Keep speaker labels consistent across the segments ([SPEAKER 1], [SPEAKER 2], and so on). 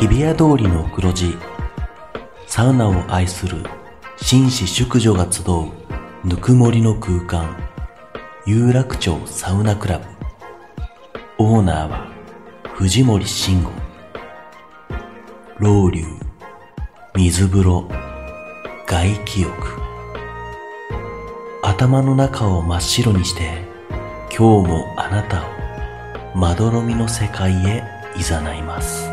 [SPEAKER 1] 日比谷通りの黒字サウナを愛する紳士淑女が集うぬくもりの空間有楽町サウナクラブオーナーは藤森慎吾老流水風呂外気浴頭の中を真っ白にして今日もあなたをまどろみの世界へ誘います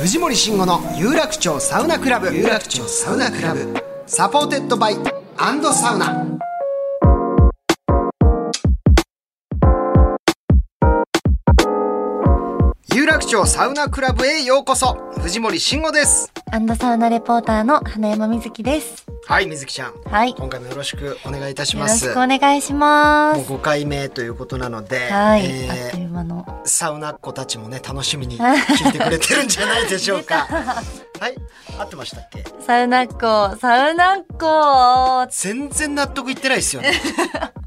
[SPEAKER 2] 藤森慎吾の有楽町サウナクラブ有楽町サウナクラブサポーテッドバイアンドサウナ有楽町サウナクラブへようこそ藤森慎吾です
[SPEAKER 3] アンドサウナレポーターの花山瑞希です。
[SPEAKER 2] はい水木ちゃん
[SPEAKER 3] はい。よ
[SPEAKER 2] 今回もよろしくお願いいたし
[SPEAKER 3] ろ
[SPEAKER 2] ま
[SPEAKER 3] し
[SPEAKER 2] す
[SPEAKER 3] くお願いしま
[SPEAKER 2] もう
[SPEAKER 3] す。
[SPEAKER 2] 5回目ということなので、
[SPEAKER 3] はい。
[SPEAKER 2] え
[SPEAKER 3] あっと
[SPEAKER 2] ー
[SPEAKER 3] いう間の。
[SPEAKER 2] サウナっ子たちもね楽しみ に聞いてくれてるんじゃないでしょうかはい合ってましたっけ
[SPEAKER 3] サウナっ子、サウナっ子。
[SPEAKER 2] 全然納得いってないですよね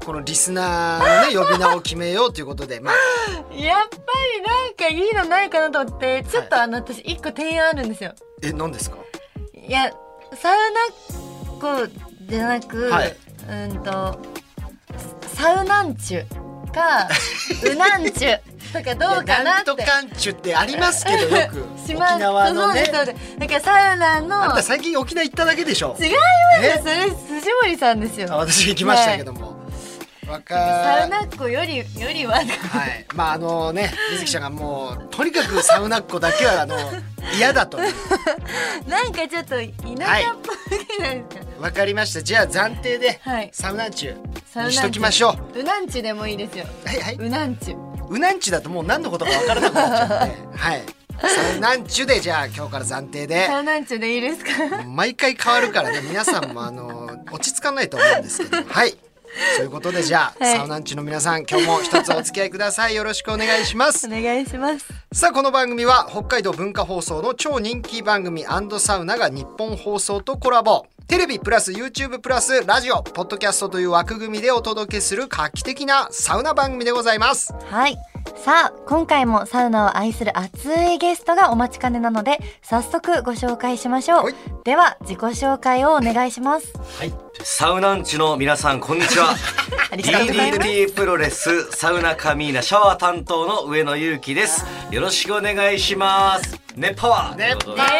[SPEAKER 2] このリスナーのね呼び名を決めようということでまあ
[SPEAKER 3] やっぱりなんかいいのないかなと思って、ちょっとあの、私一個提案あるんですよ。
[SPEAKER 2] え何ですか
[SPEAKER 3] いや、サウナっ子じゃなく、
[SPEAKER 2] はいう
[SPEAKER 3] ーんと、サウナンチュ か、ウナンチュとかどうかなっ
[SPEAKER 2] んと
[SPEAKER 3] て。
[SPEAKER 2] かんちゅってありますけどよく 沖
[SPEAKER 3] ま
[SPEAKER 2] 縄のね
[SPEAKER 3] そうですそうですだからサウナの
[SPEAKER 2] あんた最近沖縄行っただけでしょ
[SPEAKER 3] 違いますそれ藤森さんですよ
[SPEAKER 2] あ私行きましたけども、わか
[SPEAKER 3] サウナっ子よりよりは
[SPEAKER 2] はい、まああのね水木ちゃんがもうとにかくサウナっ子だけはあの嫌だと
[SPEAKER 3] なんかちょっと田舎っぽいじゃないですか、
[SPEAKER 2] わかりましたじゃあ暫定で
[SPEAKER 3] はい
[SPEAKER 2] サウナンチュ
[SPEAKER 3] サウナ
[SPEAKER 2] にしときましょう
[SPEAKER 3] うなんちゅでもいいですよ
[SPEAKER 2] はいはいう
[SPEAKER 3] なんちゅは
[SPEAKER 2] うなんちだともう何のことか分からなくなっちゃってはいうなんちゅでじゃあ今日から暫定で
[SPEAKER 3] サウナンチュでいいですか
[SPEAKER 2] 毎回変わるからね皆さんもあの落ち着かないと思うんですけどはいそういうことでじゃあ、
[SPEAKER 3] はい
[SPEAKER 2] サウナンチュの皆さん今日も一つお付き合いくださいよろしくお願いします
[SPEAKER 3] お願いします
[SPEAKER 2] さあこの番組は北海道文化放送の超人気番組サウナが日本放送とコラボテレビプラス YouTube プラスラジオポッドキャストという枠組みでお届けする画期的なサウナ番組でございます
[SPEAKER 3] はいさあ今回もサウナを愛する熱いゲストがお待ちかねなので早速ご紹介しましょう、
[SPEAKER 2] はい
[SPEAKER 3] では自己紹介をお願いします
[SPEAKER 4] はい、サウナンチの皆さんこんに ちは
[SPEAKER 3] ありがとうございます
[SPEAKER 4] DDT プロレスサウナカミーナシャワー担当の上野裕樹ですよろしくお願いしますネパワーということで
[SPEAKER 2] 熱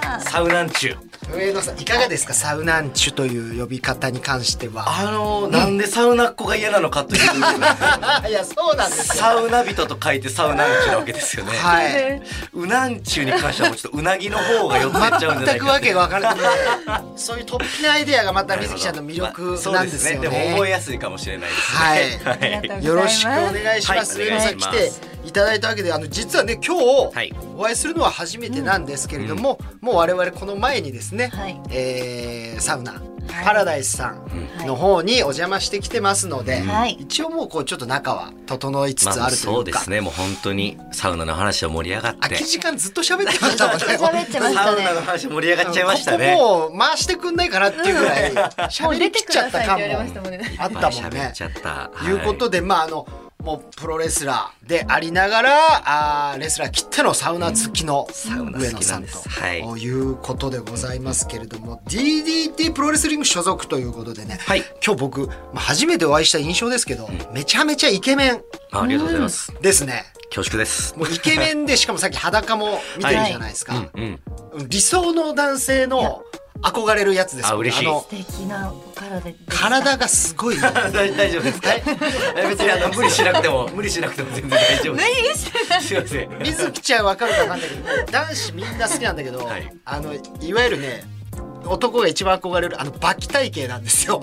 [SPEAKER 3] パ
[SPEAKER 4] サウナンチ
[SPEAKER 2] 上野さんいかがですかサウナンチュという呼び方に関しては
[SPEAKER 4] あのーなんでサウナっ子が嫌なのかという と
[SPEAKER 2] いやそうなんで
[SPEAKER 4] サウナ人と書いてサウナンチなわけですよね、
[SPEAKER 2] は
[SPEAKER 3] ー
[SPEAKER 2] い
[SPEAKER 4] ウナンチュに関してはもうちょっとウナギの方が寄ってっちゃうんじゃな
[SPEAKER 2] 全
[SPEAKER 4] い
[SPEAKER 2] く
[SPEAKER 4] か
[SPEAKER 2] わけがわから ないそういう突飛なアイデアがまた水木ちゃんの魅力なんですよね,、
[SPEAKER 4] まあそうでも覚えやすいかもしれないですね
[SPEAKER 2] は
[SPEAKER 3] ありがとうございます
[SPEAKER 2] よろしくお願いします。
[SPEAKER 4] はい
[SPEAKER 2] 上野さん
[SPEAKER 4] お願い
[SPEAKER 2] 来
[SPEAKER 4] しま
[SPEAKER 2] て
[SPEAKER 4] す
[SPEAKER 2] いただいたわけで、あの実はね今日、
[SPEAKER 4] はい
[SPEAKER 2] お会いするのは初めてなんですけれども、もう我々この前にですね、
[SPEAKER 3] はい
[SPEAKER 2] えーサウナ、パラダイスさん
[SPEAKER 3] はい
[SPEAKER 2] の方にお邪魔してきてますので、
[SPEAKER 3] はい
[SPEAKER 2] 一応もうこうちょっと中は整いつつ
[SPEAKER 4] まあ
[SPEAKER 2] ある
[SPEAKER 4] そ
[SPEAKER 2] と
[SPEAKER 4] う
[SPEAKER 2] い
[SPEAKER 4] で
[SPEAKER 2] うか。
[SPEAKER 4] すねもう本当にサウナの話は盛り上がって
[SPEAKER 2] 空き時間ずっと喋ってましたもんね。
[SPEAKER 3] 喋ってました
[SPEAKER 4] サウ
[SPEAKER 3] ね
[SPEAKER 4] ナの話盛り上がっちゃいましたね。
[SPEAKER 2] ここもう回してくんないかなっていうぐらい喋りきっちゃった感も
[SPEAKER 3] もう出てくださいって言われまし
[SPEAKER 2] あったた
[SPEAKER 4] ま
[SPEAKER 2] も
[SPEAKER 4] あ
[SPEAKER 2] ん
[SPEAKER 4] 喋
[SPEAKER 2] ね
[SPEAKER 4] っ。ちゃった。は
[SPEAKER 2] いうことで、まああのもうプロレスラーでありながらあーレスラー切ってのサウナ好きの
[SPEAKER 4] ウナ好きなんです
[SPEAKER 2] 上野さんと、
[SPEAKER 4] はい
[SPEAKER 2] い、うことでございますけれども DDT プロレスリング所属ということでね、
[SPEAKER 4] はい
[SPEAKER 2] 今日僕、まあ、初めてお会いした印象ですけど、めちゃめちゃイケメン
[SPEAKER 4] あありがとうございます。
[SPEAKER 2] ですね。
[SPEAKER 4] 恐縮です。
[SPEAKER 2] もうイケメンでしかもさっき裸も見てるじゃないですか、
[SPEAKER 4] うんうん。
[SPEAKER 2] 理想の男性の憧れるやつですよね
[SPEAKER 4] あ嬉しい
[SPEAKER 2] の
[SPEAKER 3] 素敵なお体で
[SPEAKER 2] 体がすごい の
[SPEAKER 4] 大大丈夫ですか。別にあの無理しなくても無理しなくても全然大丈夫で
[SPEAKER 3] 何してない
[SPEAKER 4] す。すいま せん。
[SPEAKER 2] 水木ちゃんわかるかわかんないけど男子みんな好きなんだけど、
[SPEAKER 4] はい
[SPEAKER 2] あのいわゆるね男が一番憧れるあのバキ体型なんですよ。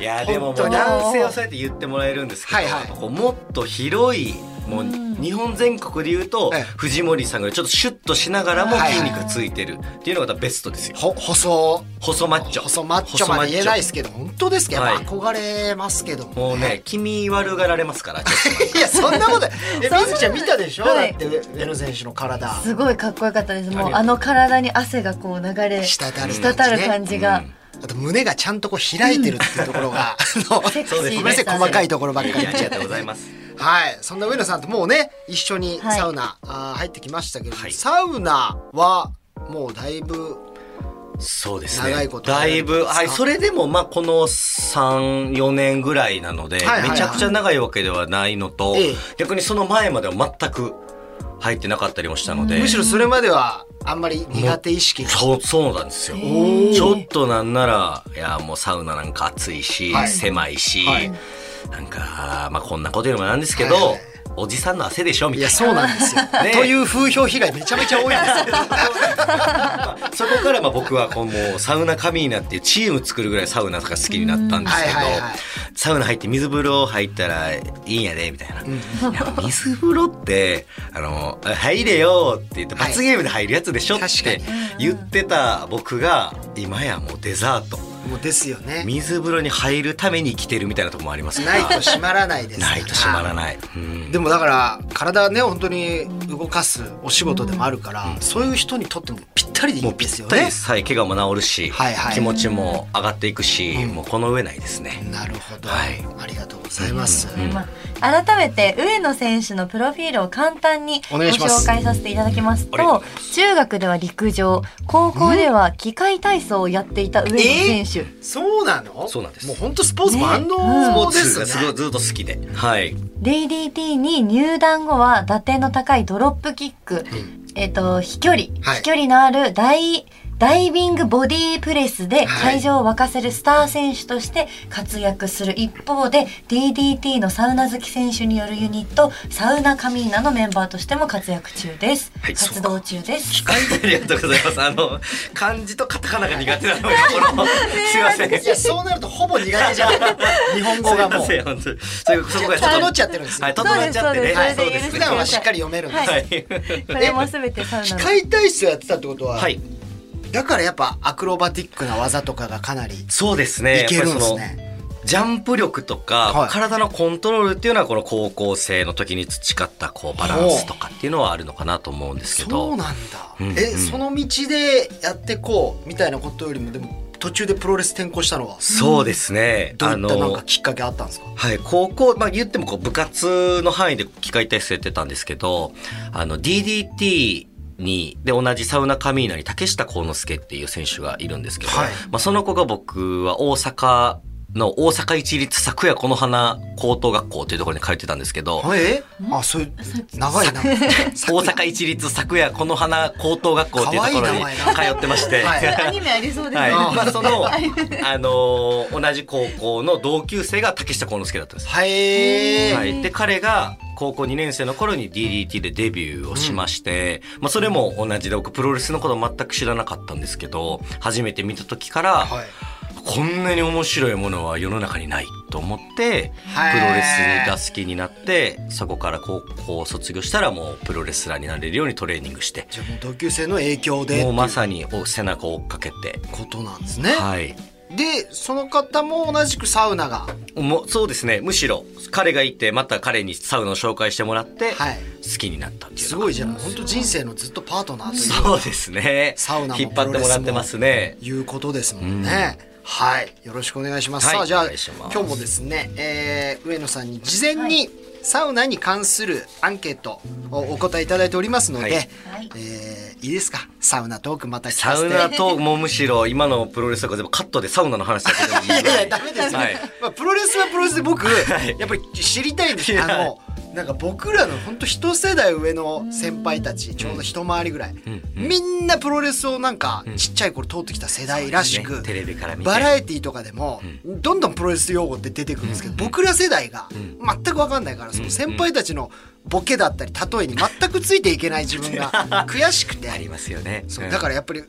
[SPEAKER 4] いやでももう
[SPEAKER 2] 本当に
[SPEAKER 4] 男性はそうやって言ってもらえるんですけど、
[SPEAKER 2] はいはい
[SPEAKER 4] こうもっと広いもう日本全国で言うと
[SPEAKER 2] ええ
[SPEAKER 4] 藤森さんがちょっとシュッとしながらも
[SPEAKER 2] はい
[SPEAKER 4] 筋肉ついてるっていうのがベストですよ。
[SPEAKER 2] ほ細
[SPEAKER 4] 細マッチョ。
[SPEAKER 2] 細マッチョまで言えないで
[SPEAKER 4] 細
[SPEAKER 2] すけど本当ですけど、
[SPEAKER 4] はい
[SPEAKER 2] やっぱ憧れますけど
[SPEAKER 4] マッチョ。もうね、君悪がられますから、ちょっ と。
[SPEAKER 2] いやそんな ことえ
[SPEAKER 5] そんなこと
[SPEAKER 2] みずきちゃん見たでしょ、
[SPEAKER 5] はい
[SPEAKER 2] だって上野選手の体
[SPEAKER 5] すごいかっこよかったですも
[SPEAKER 4] あ
[SPEAKER 5] う
[SPEAKER 4] りがとう
[SPEAKER 5] あの体に汗がこう流れ
[SPEAKER 2] 滴る感じね
[SPEAKER 5] 滴る感じが、
[SPEAKER 2] あと胸がちゃんとこう開いてるっていうところ が、あの
[SPEAKER 5] セクシ
[SPEAKER 4] そうで
[SPEAKER 5] ー
[SPEAKER 2] ごめ
[SPEAKER 4] すね
[SPEAKER 2] ん
[SPEAKER 5] で
[SPEAKER 2] なさ
[SPEAKER 5] し
[SPEAKER 2] い
[SPEAKER 5] たね
[SPEAKER 2] 細かいところばっか
[SPEAKER 4] い
[SPEAKER 2] り
[SPEAKER 4] やありがとうございます。
[SPEAKER 2] はいそんな上野さんともうね一緒に
[SPEAKER 5] はい
[SPEAKER 2] サウナ、あー入ってきましたけど、
[SPEAKER 4] はい
[SPEAKER 2] サウナはもうだいぶ
[SPEAKER 4] そうですね。
[SPEAKER 2] 長いこと
[SPEAKER 4] だいぶ、は
[SPEAKER 2] さ
[SPEAKER 4] い、
[SPEAKER 2] ん
[SPEAKER 4] それでも、まあ、この3、4年ぐらいなので、
[SPEAKER 2] はいはいはい
[SPEAKER 4] めちゃくちゃ長いわけではないのと、
[SPEAKER 2] ええ
[SPEAKER 4] 逆にその前までは全く入ってなかったりもしたので、
[SPEAKER 2] むしろそれまではあんまり苦手意識が
[SPEAKER 4] そう、そうなんですよ。
[SPEAKER 5] へえ
[SPEAKER 4] ちょっとなんなら、いや、もうサウナなんか暑いし、
[SPEAKER 2] はい
[SPEAKER 4] 狭いし、
[SPEAKER 2] はい
[SPEAKER 4] なんか、まあ、こんなこと言うのもなんですけど、
[SPEAKER 2] はいはい
[SPEAKER 4] おじさんの汗でしょみ
[SPEAKER 2] い
[SPEAKER 4] た
[SPEAKER 2] や
[SPEAKER 4] いな。
[SPEAKER 2] そうなんですよ、
[SPEAKER 4] ね
[SPEAKER 2] という風評被害めちゃめちゃ多いんですよ
[SPEAKER 4] そこからまあ僕はこうもうサウナカミーナっていうチーム作るぐらいサウナとか好きになったんですけど、
[SPEAKER 2] うんはいはいはい
[SPEAKER 4] サウナ入って水風呂入ったらいいんやでみたいな、いや水風呂ってあの入れよって言って罰ゲームで入るやつでしょっ
[SPEAKER 2] はい
[SPEAKER 4] て
[SPEAKER 2] 確
[SPEAKER 4] 言ってた僕が今やもうデザート
[SPEAKER 2] もうですよね
[SPEAKER 4] 水風呂に入るために生きてるみたいなとこもありますか
[SPEAKER 2] ない
[SPEAKER 4] ら
[SPEAKER 2] と閉まらないですから
[SPEAKER 4] ないと閉まらない、うん
[SPEAKER 2] でもだから体ね本当に動かすお仕事でもあるから、そういう人にとってもぴったりでいい
[SPEAKER 4] もうん
[SPEAKER 2] で
[SPEAKER 4] ぴっ
[SPEAKER 2] すよ
[SPEAKER 4] たり
[SPEAKER 2] ね
[SPEAKER 4] で。す、はい、怪我も治るし、
[SPEAKER 2] はいはい
[SPEAKER 4] 気持ちも上がっていくし、もうこの上ないですね、
[SPEAKER 2] なるほど、
[SPEAKER 4] はい
[SPEAKER 2] ありがとうございます。
[SPEAKER 5] まあ改めて上野選手のプロフィールを簡単にご
[SPEAKER 2] お願いしま
[SPEAKER 5] 紹
[SPEAKER 2] す
[SPEAKER 5] 介させていただきます
[SPEAKER 4] ありがと
[SPEAKER 5] と
[SPEAKER 4] うござい
[SPEAKER 5] 中学では陸上高校では機械体操をやっていた上野選手、
[SPEAKER 2] そうなの？
[SPEAKER 4] そうなんです
[SPEAKER 2] もう本当スポーツ
[SPEAKER 5] ね
[SPEAKER 2] 万
[SPEAKER 5] うん
[SPEAKER 2] 能で
[SPEAKER 4] スポーツが
[SPEAKER 2] す
[SPEAKER 4] すごい
[SPEAKER 2] ね。
[SPEAKER 4] ずっと好きで。はい。
[SPEAKER 5] DDT に入団後は打点の高いドロップキック、えっ、と飛距離、
[SPEAKER 2] はい
[SPEAKER 5] 飛距離のある大ダイビングボディープレスで
[SPEAKER 2] はい
[SPEAKER 5] 会場を沸かせるスター選手として活躍する一方で、DDT のサウナ好き選手によるユニットサウナカミーナのメンバーとしても活躍中です、
[SPEAKER 4] はい
[SPEAKER 5] 活動中 です
[SPEAKER 4] ありがとうございます。あの、漢字とカタカナが苦手な のが、この、すいません。
[SPEAKER 2] いやそうなるとほぼ苦手じ ゃん。日本語がもう
[SPEAKER 4] すいません、本当に。そういう、そこがちょっと。
[SPEAKER 2] 整っちゃってるんですよ
[SPEAKER 4] はい、整っちゃってね。はい、
[SPEAKER 5] そ
[SPEAKER 4] そうう
[SPEAKER 5] で
[SPEAKER 4] ですす
[SPEAKER 2] 普
[SPEAKER 4] ね。
[SPEAKER 2] 段はしっかり読めるんです。
[SPEAKER 5] は
[SPEAKER 4] はいい。
[SPEAKER 5] これも全てサウナ
[SPEAKER 2] 機
[SPEAKER 5] の
[SPEAKER 2] 械体操やってたってことは、
[SPEAKER 4] はい。
[SPEAKER 2] だからやっぱアクロバティックな技とかがかなりい
[SPEAKER 4] そうですね。
[SPEAKER 2] けるんで
[SPEAKER 4] やっ
[SPEAKER 2] す
[SPEAKER 4] ぱりその
[SPEAKER 2] ね。
[SPEAKER 4] ジャンプ力とか、
[SPEAKER 2] はい
[SPEAKER 4] 体のコントロールっていうのはこの高校生の時に培ったこうバランスとかっていうのはあるのかなと思うんですけど
[SPEAKER 2] そうなんだ。
[SPEAKER 4] うんうん
[SPEAKER 2] えその道でやってこうみたいなことよりもでも途中でプロレス転向したのは
[SPEAKER 4] そうですね
[SPEAKER 2] どういったなんかきっかけあったんですか？
[SPEAKER 4] はい、高校、まあ、言ってもこう部活の範囲で機械体操やってたんですけど、あの、DDT に、で、同じサウナカミーナに竹下幸之助っていう選手がいるんですけど、
[SPEAKER 2] はい
[SPEAKER 4] まあ、その子が僕は大阪の大阪市立昨夜この花高等学校っていうところに通ってたんですけど、
[SPEAKER 2] えあそういう長い な。
[SPEAKER 4] 大阪市立昨夜この花高等学校っていうところに
[SPEAKER 2] 可愛い名前
[SPEAKER 4] 通ってまして、
[SPEAKER 2] はい
[SPEAKER 5] アニメありそうです
[SPEAKER 4] はい。
[SPEAKER 2] あー
[SPEAKER 4] まあ、その、あのー同じ高校の同級生が竹下幸之助だったんです。
[SPEAKER 2] はい。
[SPEAKER 4] はい、で彼が高校2年生の頃に DDT でデビューをしまして、まあ、それも同じで僕プロレスのこと全く知らなかったんですけど初めて見た時から、
[SPEAKER 2] はい。
[SPEAKER 4] こんなに面白いものは世の中にないと思って
[SPEAKER 2] はい
[SPEAKER 4] プロレスが好きになってそこから高校を卒業したらもうプロレスラーになれるようにトレーニングして
[SPEAKER 2] じゃあもう同級生の影響で
[SPEAKER 4] もうま
[SPEAKER 2] って
[SPEAKER 4] さにお背中を追っかけて。
[SPEAKER 2] いうことなんですね。
[SPEAKER 4] はい
[SPEAKER 2] でその方も同じくサウナが
[SPEAKER 4] もうそうですねむしろ彼がいてまた彼にサウナを紹介してもらって
[SPEAKER 2] はい
[SPEAKER 4] 好きになったっていうのが
[SPEAKER 2] すごいじゃん。本当人生のずっとパートナーという
[SPEAKER 4] そうですね。
[SPEAKER 2] サウナも
[SPEAKER 4] 引っ張ってもらってますね。
[SPEAKER 2] いうことですもんね。はい、よろしくお願いします。
[SPEAKER 4] はい
[SPEAKER 2] さあ、じゃあ
[SPEAKER 4] お願いしま
[SPEAKER 2] 今
[SPEAKER 4] す
[SPEAKER 2] 日もですね、えー上野さんに事前にサウナに関するアンケートをお答えいただいておりますので、
[SPEAKER 4] はいい
[SPEAKER 5] はい
[SPEAKER 2] えーいいですか？サウナトークまた聞か
[SPEAKER 4] サ
[SPEAKER 2] せ
[SPEAKER 4] ウ
[SPEAKER 2] て。
[SPEAKER 4] ナともうむしろ今のプロレスとか全部カットでサウナの話だけでもいい
[SPEAKER 2] いやい
[SPEAKER 4] ぐら
[SPEAKER 2] やダメですよ、
[SPEAKER 4] はい
[SPEAKER 2] まあ、プロレスはプロレスで僕、
[SPEAKER 4] はい
[SPEAKER 2] やっぱり知りたいんです
[SPEAKER 4] いや
[SPEAKER 2] あのなんか僕らの本当一世代上の先輩たちちょうど一回りぐらい、みんなプロレスをなんかちっちゃい頃通ってきた世代らしく、
[SPEAKER 4] そうですねテレビから見て
[SPEAKER 2] バラエティーとかでもどんどんプロレス用語って出てくるんですけど、僕ら世代が全く分かんないからその先輩たちのボケだったり例えに全くついていけない自分が悔しくて
[SPEAKER 4] ありますよね。
[SPEAKER 2] そう
[SPEAKER 4] うん
[SPEAKER 2] だからやっぱり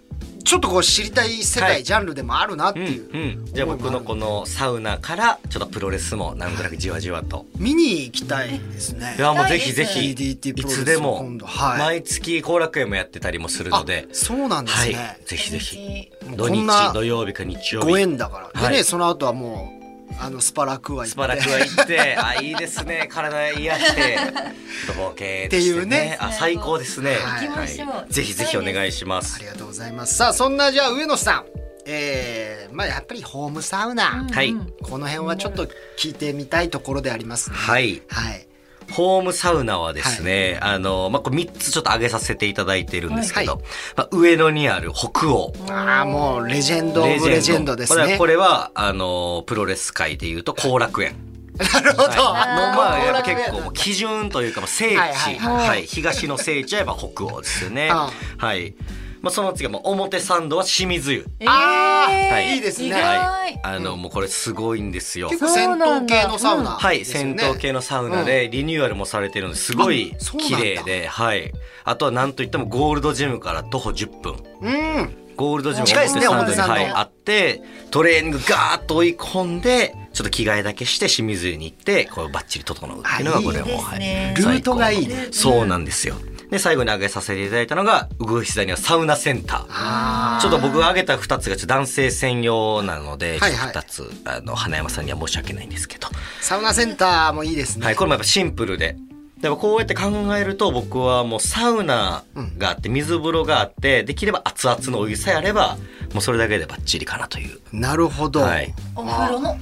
[SPEAKER 2] ちょっとこう知りたい世界、
[SPEAKER 4] はい
[SPEAKER 2] ジャンルでもあるなっていう、
[SPEAKER 4] うんうん、じゃあ僕のこのサウナからちょっとプロレスもなんとなくじわじわと。
[SPEAKER 2] 見に行きたいですね
[SPEAKER 4] いやもうぜひぜひい
[SPEAKER 2] DDT プロレス
[SPEAKER 4] つでも
[SPEAKER 2] 今度はい
[SPEAKER 4] 毎月後楽園もやってたりもする
[SPEAKER 2] あ
[SPEAKER 4] ので、
[SPEAKER 2] そうなんです
[SPEAKER 4] はい
[SPEAKER 2] ね、、
[SPEAKER 4] ぜひぜひ
[SPEAKER 2] もう
[SPEAKER 4] 土
[SPEAKER 2] こん
[SPEAKER 4] 日
[SPEAKER 2] な
[SPEAKER 4] 土曜日か日曜日
[SPEAKER 2] ご縁だから、で
[SPEAKER 4] は
[SPEAKER 2] ね
[SPEAKER 4] い
[SPEAKER 2] その後はもうあのスパラクワ行って
[SPEAKER 4] スパ ラクは行って、あ、いいですね。体癒して、ちょっと冒険して、
[SPEAKER 2] っていうね
[SPEAKER 4] あ、最高ですね。
[SPEAKER 2] はい行
[SPEAKER 5] きましょう
[SPEAKER 4] はいぜひぜひお願いしま
[SPEAKER 2] あ
[SPEAKER 4] す
[SPEAKER 2] り。がとうございますさあそんなじゃあ上野さんえー、まあやっぱりホームサウナ、
[SPEAKER 5] うん
[SPEAKER 4] はい
[SPEAKER 5] うん
[SPEAKER 2] この辺はちょっと聞いてみたいところでありますね
[SPEAKER 4] はい。
[SPEAKER 2] はい
[SPEAKER 4] ホームサウナはですね、あの、まあ、これ3つちょっと挙げさせていただいてるんですけど、
[SPEAKER 2] は
[SPEAKER 4] まあ、上野にある北欧。
[SPEAKER 2] ああもうレジェンドオブレジェンドですね
[SPEAKER 4] これは、これはあの、プロレス界でいうと、後楽園。
[SPEAKER 2] なるほど、
[SPEAKER 4] はいのまあ
[SPEAKER 2] 後
[SPEAKER 4] やっぱ
[SPEAKER 2] 楽園
[SPEAKER 4] 結構もう基準というかまあ聖地
[SPEAKER 2] はいはいは
[SPEAKER 4] はい東の聖地はやっぱ北欧ですよね
[SPEAKER 2] あ
[SPEAKER 4] はいまあその次はもう表参道は清水湯
[SPEAKER 2] あー
[SPEAKER 4] はい
[SPEAKER 2] いいですね
[SPEAKER 5] 意
[SPEAKER 4] は
[SPEAKER 5] 外
[SPEAKER 4] いあのもうこれすごいんですよ
[SPEAKER 2] 結構戦闘系のサウナ、
[SPEAKER 4] はい、
[SPEAKER 2] ですよ
[SPEAKER 4] 戦
[SPEAKER 2] ね
[SPEAKER 4] 闘系のサウナでリニューアルもされてるのですごい
[SPEAKER 2] あそうなんだ
[SPEAKER 4] 綺麗で、はい。あとはなんといってもゴールドジムから徒歩10分。
[SPEAKER 2] うん
[SPEAKER 4] ゴールドジム
[SPEAKER 2] 近いですね
[SPEAKER 4] 表
[SPEAKER 2] 表参道
[SPEAKER 4] はい、あって、トレーニングガーッと追い込んで、ちょっと着替えだけして清水湯に行って、こうバッチリ整うっていうの
[SPEAKER 2] あ
[SPEAKER 4] が
[SPEAKER 2] いい
[SPEAKER 4] これも
[SPEAKER 5] ですね
[SPEAKER 4] はい
[SPEAKER 2] ルートがいいね
[SPEAKER 4] 最高のそうなんですよ。で、最後に挙げさせていただいたのが、うぐひ座にはサウナセンター。
[SPEAKER 2] あ
[SPEAKER 4] ちょっと僕が挙げた2つがちょっと男性専用なので、
[SPEAKER 2] はいはい
[SPEAKER 4] 2つあの花山さんには申し訳ないんですけど、
[SPEAKER 2] ーサウナセンターもいいですね、
[SPEAKER 4] はい、これもやっぱシンプルで。でもこうやって考えると僕はもうサウナがあって水風呂があってできれば熱々のお湯さえあればもうそれだけでバッチリかなという
[SPEAKER 2] なるほど、
[SPEAKER 4] はい
[SPEAKER 5] お風呂の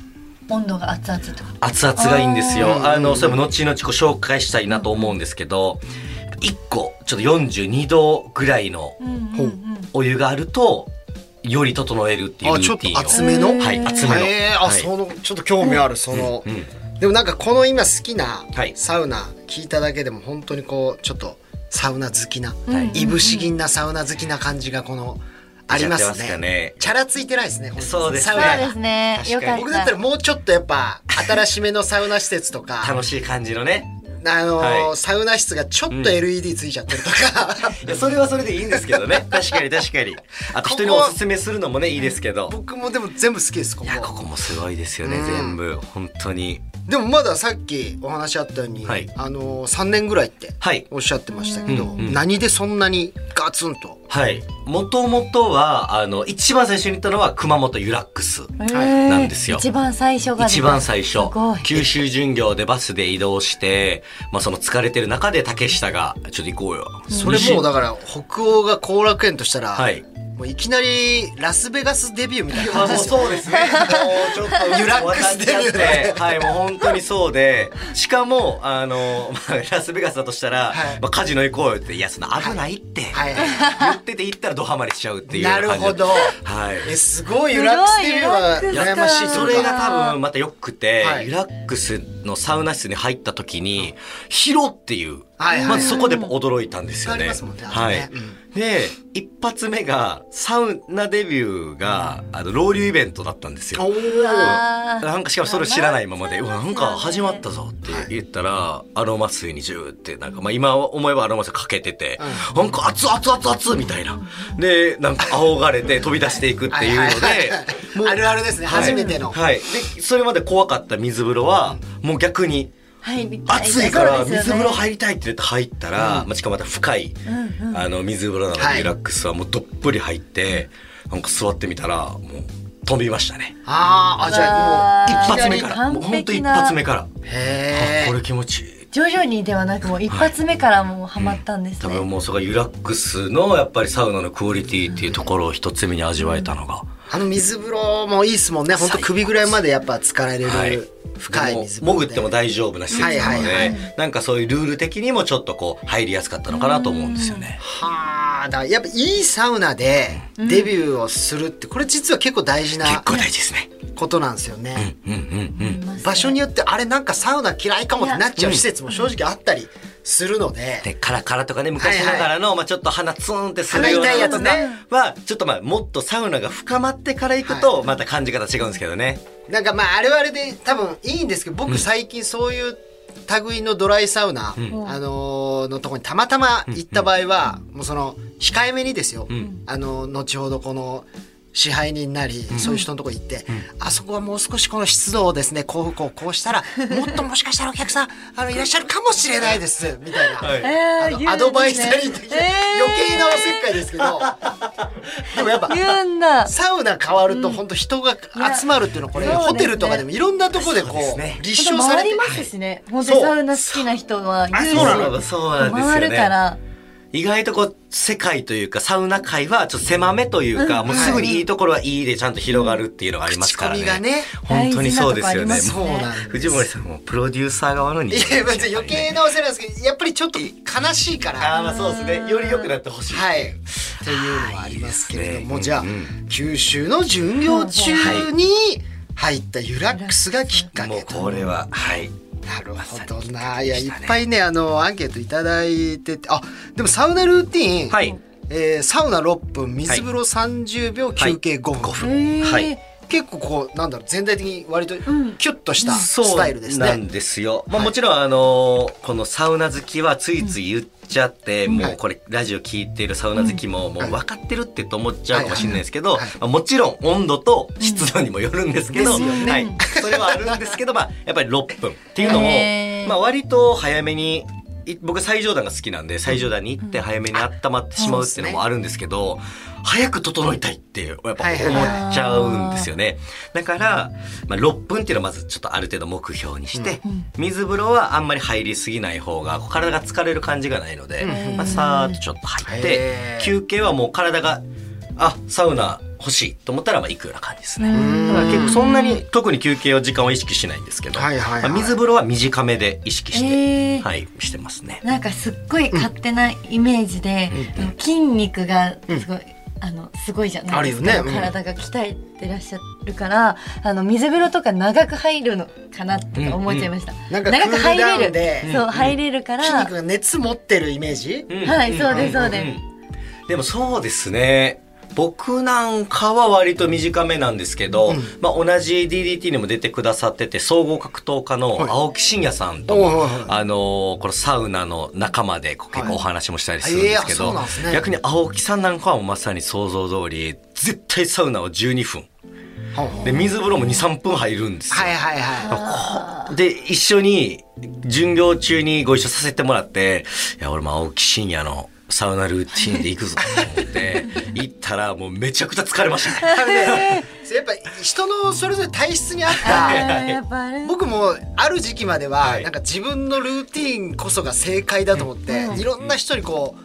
[SPEAKER 5] 温度が熱々ってこと
[SPEAKER 4] 熱々がいいんです
[SPEAKER 2] あー
[SPEAKER 4] よあのそれも後々ご紹介したいなと思うんですけど1個ちょっと42度ぐらいの
[SPEAKER 5] うんうんうん
[SPEAKER 4] お湯があるとより整えるっていう
[SPEAKER 2] あ
[SPEAKER 4] ル
[SPEAKER 2] ちょ
[SPEAKER 4] ー
[SPEAKER 2] っ
[SPEAKER 4] ティ
[SPEAKER 2] と
[SPEAKER 4] ンを
[SPEAKER 2] 厚めの
[SPEAKER 4] はい厚めの
[SPEAKER 2] へーあ、
[SPEAKER 4] はい
[SPEAKER 2] そのちょっと興味あるその、
[SPEAKER 4] うん
[SPEAKER 2] でもなんかこの今好きな
[SPEAKER 4] はい
[SPEAKER 2] サウナ聞いただけでも本当にこうちょっとサウナ好きな、
[SPEAKER 4] はい
[SPEAKER 2] いぶし銀なサウナ好きな感じがこのあります
[SPEAKER 4] 出ちゃってます
[SPEAKER 2] ね
[SPEAKER 4] かね
[SPEAKER 2] チャラついてないですね本当に
[SPEAKER 4] そうですね
[SPEAKER 2] サウ
[SPEAKER 4] は
[SPEAKER 2] ナ
[SPEAKER 4] い
[SPEAKER 3] そうですね。
[SPEAKER 4] 確
[SPEAKER 3] よ
[SPEAKER 4] かに
[SPEAKER 3] かった。
[SPEAKER 2] 僕だったらもうちょっとやっぱ新しめのサウナ施設と か
[SPEAKER 4] 楽しい感じのね
[SPEAKER 2] あのー
[SPEAKER 4] はい
[SPEAKER 2] サウナ室がちょっと LED ついちゃってると か、
[SPEAKER 4] いやそれはそれでいいんですけどね 確かに確かにあと人におすすめするのもねいいですけど
[SPEAKER 2] 僕もでも全部好きですこ
[SPEAKER 4] い
[SPEAKER 2] こ
[SPEAKER 4] やここもすごいですよね、
[SPEAKER 2] うん
[SPEAKER 4] 全部本当に
[SPEAKER 2] でもまださっきお話あったように、
[SPEAKER 4] はい
[SPEAKER 2] あのー、3年ぐらいって
[SPEAKER 4] はい
[SPEAKER 2] おっしゃってましたけど、
[SPEAKER 4] うんうん
[SPEAKER 2] 何でそんなにガツンと
[SPEAKER 4] はいもともとはあの一番最初に行ったのは熊本ユラックス
[SPEAKER 3] へー
[SPEAKER 4] なんですよ
[SPEAKER 3] 一番最初が出た
[SPEAKER 4] 一番最初
[SPEAKER 3] ごい
[SPEAKER 4] 九州巡業でバスで移動して、まあ、その疲れてる中で竹下がちょっと行こうよ
[SPEAKER 2] それもうだから北欧が後楽園としたら、
[SPEAKER 4] はい
[SPEAKER 2] もういきなりラスベガスデビューみたいな
[SPEAKER 4] まあ
[SPEAKER 2] 感じ
[SPEAKER 4] もう
[SPEAKER 2] ですよ
[SPEAKER 4] そうですね。もうちょっと
[SPEAKER 2] リラックスできるね
[SPEAKER 4] はい、もう本当にそうで、しかもあのまあラスベガスだとした
[SPEAKER 2] は
[SPEAKER 4] ら、
[SPEAKER 2] い
[SPEAKER 4] まあカジノ行こうよっていやその危ないって、
[SPEAKER 2] はい
[SPEAKER 4] 言ってて行ったらドハマりしちゃうっていうよう
[SPEAKER 2] な
[SPEAKER 4] な
[SPEAKER 2] る
[SPEAKER 4] 感じ
[SPEAKER 2] ほど
[SPEAKER 4] はい。
[SPEAKER 2] えすごいユラックスデビューは
[SPEAKER 3] すごいユラックス
[SPEAKER 2] 羨ましいと
[SPEAKER 4] そ
[SPEAKER 2] いう
[SPEAKER 4] れ
[SPEAKER 2] か
[SPEAKER 4] が多分また良くて、
[SPEAKER 2] はい
[SPEAKER 4] リラックスのサウナ室に入った時に、ヒロっていう、
[SPEAKER 2] はいはい
[SPEAKER 4] まずそこでも驚いたんですよね。
[SPEAKER 2] ありますもんねあ
[SPEAKER 4] は
[SPEAKER 2] れ
[SPEAKER 4] い
[SPEAKER 2] ねう。
[SPEAKER 4] で、一発目が、サウナデビューが、あの、ロウリュイベントだったんですよ。
[SPEAKER 2] お
[SPEAKER 3] あー
[SPEAKER 4] なんかしかもそれを知らないままで、う
[SPEAKER 3] まあ
[SPEAKER 4] わ、なんか始まったぞって言ったら、アロマ水にジューって、なんか、まあ今思えばアロマ水かけてて、なんか熱々熱々みたいな。で、なんか仰がれて飛び出していくっていうの
[SPEAKER 2] はいはい
[SPEAKER 4] で
[SPEAKER 2] はい、
[SPEAKER 4] もう
[SPEAKER 2] おあるあるですね、
[SPEAKER 4] はい
[SPEAKER 2] 初めての、
[SPEAKER 4] はい。で、それまで怖かった水風呂は、もう逆に、
[SPEAKER 3] 入りた
[SPEAKER 4] 暑いから
[SPEAKER 3] そうで
[SPEAKER 4] 水
[SPEAKER 3] すよ
[SPEAKER 4] 風
[SPEAKER 3] ね
[SPEAKER 4] 呂入りたいって言って入ったら、まあ、しかもまた深い、あの水風呂なの
[SPEAKER 2] は
[SPEAKER 4] で
[SPEAKER 2] い
[SPEAKER 4] リラックスはもうどっぷり入って、なんか座ってみたらもう飛びましたね
[SPEAKER 2] あーあじゃあもう
[SPEAKER 3] わー
[SPEAKER 4] 一発目から
[SPEAKER 3] 完
[SPEAKER 4] もう
[SPEAKER 3] 璧な
[SPEAKER 4] ほんと一発目から、
[SPEAKER 2] へ
[SPEAKER 4] あ
[SPEAKER 2] え
[SPEAKER 4] これ気持ちいい
[SPEAKER 3] 徐々にではなくもう一発目からもうハマったんです
[SPEAKER 4] 多
[SPEAKER 3] ね。
[SPEAKER 4] 分もうそれがリラックスのやっぱりサウナのクオリティっていうところを一つ目に味わえたのが、
[SPEAKER 2] あの水風呂もいいですもんね本当首ぐらいまでやっぱ疲れる、
[SPEAKER 4] はい
[SPEAKER 2] 深い水風呂
[SPEAKER 4] 潜っても大丈夫な施設なので、
[SPEAKER 2] はいはい
[SPEAKER 4] なんかそういうルール的にもちょっとこう入りやすかったのかなと思うんですよね。
[SPEAKER 2] はあだからやっぱいいサウナでデビューをするってこれ実は結構大事
[SPEAKER 4] 結
[SPEAKER 2] な
[SPEAKER 4] 構大事ですね。
[SPEAKER 2] ことなんですよね、
[SPEAKER 4] うんうんうん。
[SPEAKER 2] 場所によってあれなんかサウナ嫌いかもってなっちゃう施設も正直あったりするので、
[SPEAKER 4] でカラカラとかね昔ながらの、まあ、ちょっと鼻ツーンってするような
[SPEAKER 2] 鼻痛いやつね
[SPEAKER 4] はちょっとまあもっとサウナが深まってから行くと、また感じ方違うんですけどね
[SPEAKER 2] なんかまああれはあれで多分いいんですけど僕最近そういう類のドライサウナ、あのーのとこにたまたま行った場合は、もうその控えめにですよ、
[SPEAKER 4] ん
[SPEAKER 2] あの後ほどこの支配人なり、そういう人のとこ行って、あそこはもう少しこの湿度をですねこうこうこう したらもっともしかしたらお客さんあのいらっしゃるかもしれないですみたいな、あのアドバイザリー的な、余計なおせっかいですけどでもやっぱ
[SPEAKER 3] 言うんだ
[SPEAKER 2] サウナ変わると本当人が集まるっていうのはこれ、
[SPEAKER 3] そうですね
[SPEAKER 2] ホテルとかでもいろんなとこでこう立証され
[SPEAKER 3] 回
[SPEAKER 2] て
[SPEAKER 3] りますしね本当にサウナ好きな人は言うし
[SPEAKER 4] そうなのそうなんですよね
[SPEAKER 3] 回るから
[SPEAKER 4] 意外とこう、世界というか、サウナ界はちょっと狭めというか、もうすぐにいいところはいいでちゃんと広がるっていうのがありますからね。
[SPEAKER 2] 口コミがね
[SPEAKER 4] 本当にそうですよね。
[SPEAKER 3] 大事なとこあ
[SPEAKER 2] そ
[SPEAKER 3] りますね
[SPEAKER 4] もう
[SPEAKER 2] うなんです
[SPEAKER 4] 藤森さんもプロデューサー側の人
[SPEAKER 2] い
[SPEAKER 4] 間
[SPEAKER 2] や別に余計なお世話なんですけどやっぱりちょっと悲しいか
[SPEAKER 4] ああ、
[SPEAKER 2] ら
[SPEAKER 4] まあそうですね。より良くなってほしい。
[SPEAKER 2] はいっていうのはありますけれども
[SPEAKER 4] あーいいですね
[SPEAKER 2] じゃあ、
[SPEAKER 4] うんうん
[SPEAKER 2] 九州の巡業中に入ったユラックスがきっか
[SPEAKER 4] も
[SPEAKER 2] け
[SPEAKER 4] う
[SPEAKER 2] と。
[SPEAKER 4] これは、はい。
[SPEAKER 2] なるほどな、
[SPEAKER 4] に
[SPEAKER 2] いやいっぱいねあのアンケートいただいててあでもサウナルーティーン、
[SPEAKER 4] はい。
[SPEAKER 2] えーサウナ6分水風呂30秒、休憩5分、
[SPEAKER 4] はい。
[SPEAKER 2] 結構こうなんだろう全体的に割とキュッとした
[SPEAKER 4] そう
[SPEAKER 2] スタイルですね。
[SPEAKER 4] なんですよ。まあ
[SPEAKER 2] はい
[SPEAKER 4] もちろんあのーこのサウナ好きはついつい言っちゃって、もうこれラジオ聞いてるサウナ好きももう分かってるってと思っちゃうかもしれないですけど、
[SPEAKER 2] はいはいはい
[SPEAKER 4] まあもちろん温度と湿度にもよるんですけど、
[SPEAKER 2] うんですよね
[SPEAKER 4] はい。それはあるんですけど、まあやっぱり6分っていうのも
[SPEAKER 3] へ、ー
[SPEAKER 4] まあ割と早めにい僕最上段が好きなんで最上段に行って早めに温まってしまうっていうのもあるんですけど、早く整いたいってやっぱ思っちゃうんですよね。だから、まあ、6分っていうのはまずちょっとある程度目標にして、水風呂はあんまり入りすぎない方がこう体が疲れる感じがないので、まあ、さーっとちょっと入っ
[SPEAKER 2] へ
[SPEAKER 4] て
[SPEAKER 2] ー
[SPEAKER 4] 休憩はもう体があサウナ欲しいと思ったらまあ行くような感じですね。だから結構そんなに特に休憩を時間は意識しないんですけど、
[SPEAKER 2] はいはいはい
[SPEAKER 4] まあ水風呂は短めで意識して、
[SPEAKER 3] へー
[SPEAKER 4] はい、してますね。
[SPEAKER 3] なんかすっごい勝手なイメージで、あの筋肉がすごい、あのすごいじゃないですか
[SPEAKER 2] あるよねうん
[SPEAKER 3] 体が鍛えてらっしゃるからあの水風呂とか長く入るのかなって思っちゃいました、
[SPEAKER 2] なんか
[SPEAKER 3] 長く入
[SPEAKER 2] クールダウ
[SPEAKER 3] れ
[SPEAKER 2] ン
[SPEAKER 3] る
[SPEAKER 2] で
[SPEAKER 3] そう入れるから、
[SPEAKER 2] 筋肉が熱持ってるイメージ、
[SPEAKER 3] はいそうですそうです、
[SPEAKER 4] うんでもそうですね僕なんかは割と短めなんですけど、まあ、同じ DDT にも出てくださってて総合格闘家の青木真也さんとも、
[SPEAKER 2] はいおうはいはい
[SPEAKER 4] あのーこのサウナの仲間でこう結
[SPEAKER 2] はい
[SPEAKER 4] 構お話もしたりするんですけ
[SPEAKER 2] ええあそ
[SPEAKER 4] ど、
[SPEAKER 2] うなんですね
[SPEAKER 4] 逆に青木さんなんかはもうまさに想像通り絶対サウナは12分
[SPEAKER 2] ほうほう
[SPEAKER 4] で水風呂も23分入るんですよ。
[SPEAKER 2] はいはいはい
[SPEAKER 4] で、一緒に、巡業中にご一緒させてもらって、いや、俺も青木真也のサウナルーティンで行くぞと 思って、行ったらもうめちゃくちゃ疲れましたね。
[SPEAKER 2] あのねやっぱ人のそれぞれ体質に合っ
[SPEAKER 3] あー
[SPEAKER 2] た
[SPEAKER 3] やっぱあれ
[SPEAKER 2] 僕もある時期までは、
[SPEAKER 4] はい
[SPEAKER 2] なんか自分のルーティンこそが正解だと思って、いろんな人にこう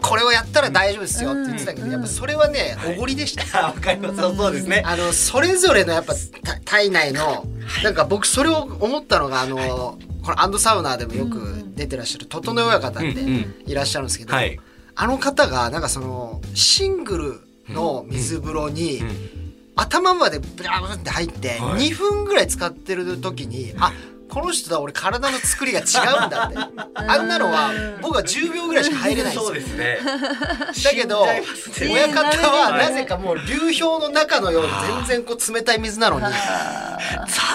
[SPEAKER 2] これをやったら大丈夫ですよって言ってたけど、やっぱそれはね、おごりでした。
[SPEAKER 4] あ わかります。そうそうですね。
[SPEAKER 2] あのそれぞれのやっぱた体内のなんか僕それを思ったのがあの、このアンドサウナーでもよく出てらっしゃる整え親方って
[SPEAKER 4] うんうん
[SPEAKER 2] いらっしゃるんですけど、
[SPEAKER 4] はい
[SPEAKER 2] あの方がなんかそのシングルの水風呂に、
[SPEAKER 4] んうん
[SPEAKER 2] 頭までブラーンって入って
[SPEAKER 4] はい
[SPEAKER 2] 2分ぐらい使ってる時に、あこの人とは俺体の作りが違うんだっ てあんなのは僕は10秒ぐらいしか入れないんですよ
[SPEAKER 4] そうですね。
[SPEAKER 2] だけど
[SPEAKER 4] 死んじゃいますね
[SPEAKER 2] 親方は
[SPEAKER 4] はい
[SPEAKER 2] なぜかもう流氷の中のように全然こう冷たい水なのにだ
[SPEAKER 4] サ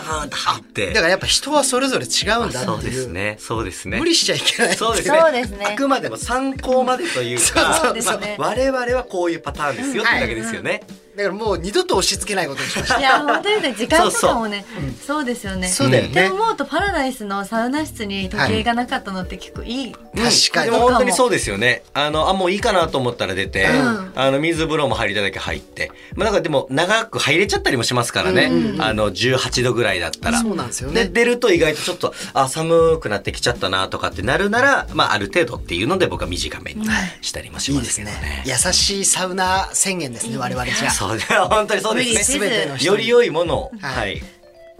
[SPEAKER 4] ブーンと入って。
[SPEAKER 2] からやっぱ人はそれぞれ違うんだ
[SPEAKER 4] そう
[SPEAKER 2] って
[SPEAKER 4] で
[SPEAKER 2] い
[SPEAKER 4] す
[SPEAKER 2] う
[SPEAKER 4] ね。そうですね。
[SPEAKER 2] 無理しちゃいけないってい
[SPEAKER 4] そうです
[SPEAKER 3] そ
[SPEAKER 4] ね
[SPEAKER 3] うですね
[SPEAKER 4] あくまでも参考までというか、
[SPEAKER 2] そう
[SPEAKER 3] そうそう
[SPEAKER 4] まあ我々はこういうパターンですよってだけですよね。
[SPEAKER 2] だからもう二度と押し付けないことにしました
[SPEAKER 3] いや本当にね時間とかもねそうですよね
[SPEAKER 2] そうだよね
[SPEAKER 3] って思うとパラダイスのサウナ室に時計がなかったのって結構いい、
[SPEAKER 2] 確かに
[SPEAKER 4] でも本当にそうですよねあのあもういいかなと思ったら出て、
[SPEAKER 2] うん
[SPEAKER 4] あの水風呂も入りたいだけ入って、まあ、なんかでも長く入れちゃったりもしますからね、あの18度ぐらいだったら
[SPEAKER 2] そうなんですよね
[SPEAKER 4] で出ると意外とちょっとあ寒くなってきちゃったなとかってなるなら、まあ、ある程度っていうので僕は短めにしたりもし
[SPEAKER 2] いい
[SPEAKER 4] ま
[SPEAKER 2] ですす
[SPEAKER 4] けど
[SPEAKER 2] ね
[SPEAKER 4] ね。
[SPEAKER 2] 優しいサウナ宣言ですね我々じゃ
[SPEAKER 4] そう本当にそうです
[SPEAKER 2] 全
[SPEAKER 4] ね。
[SPEAKER 2] ての人
[SPEAKER 4] より良いものを、
[SPEAKER 2] は
[SPEAKER 4] はい、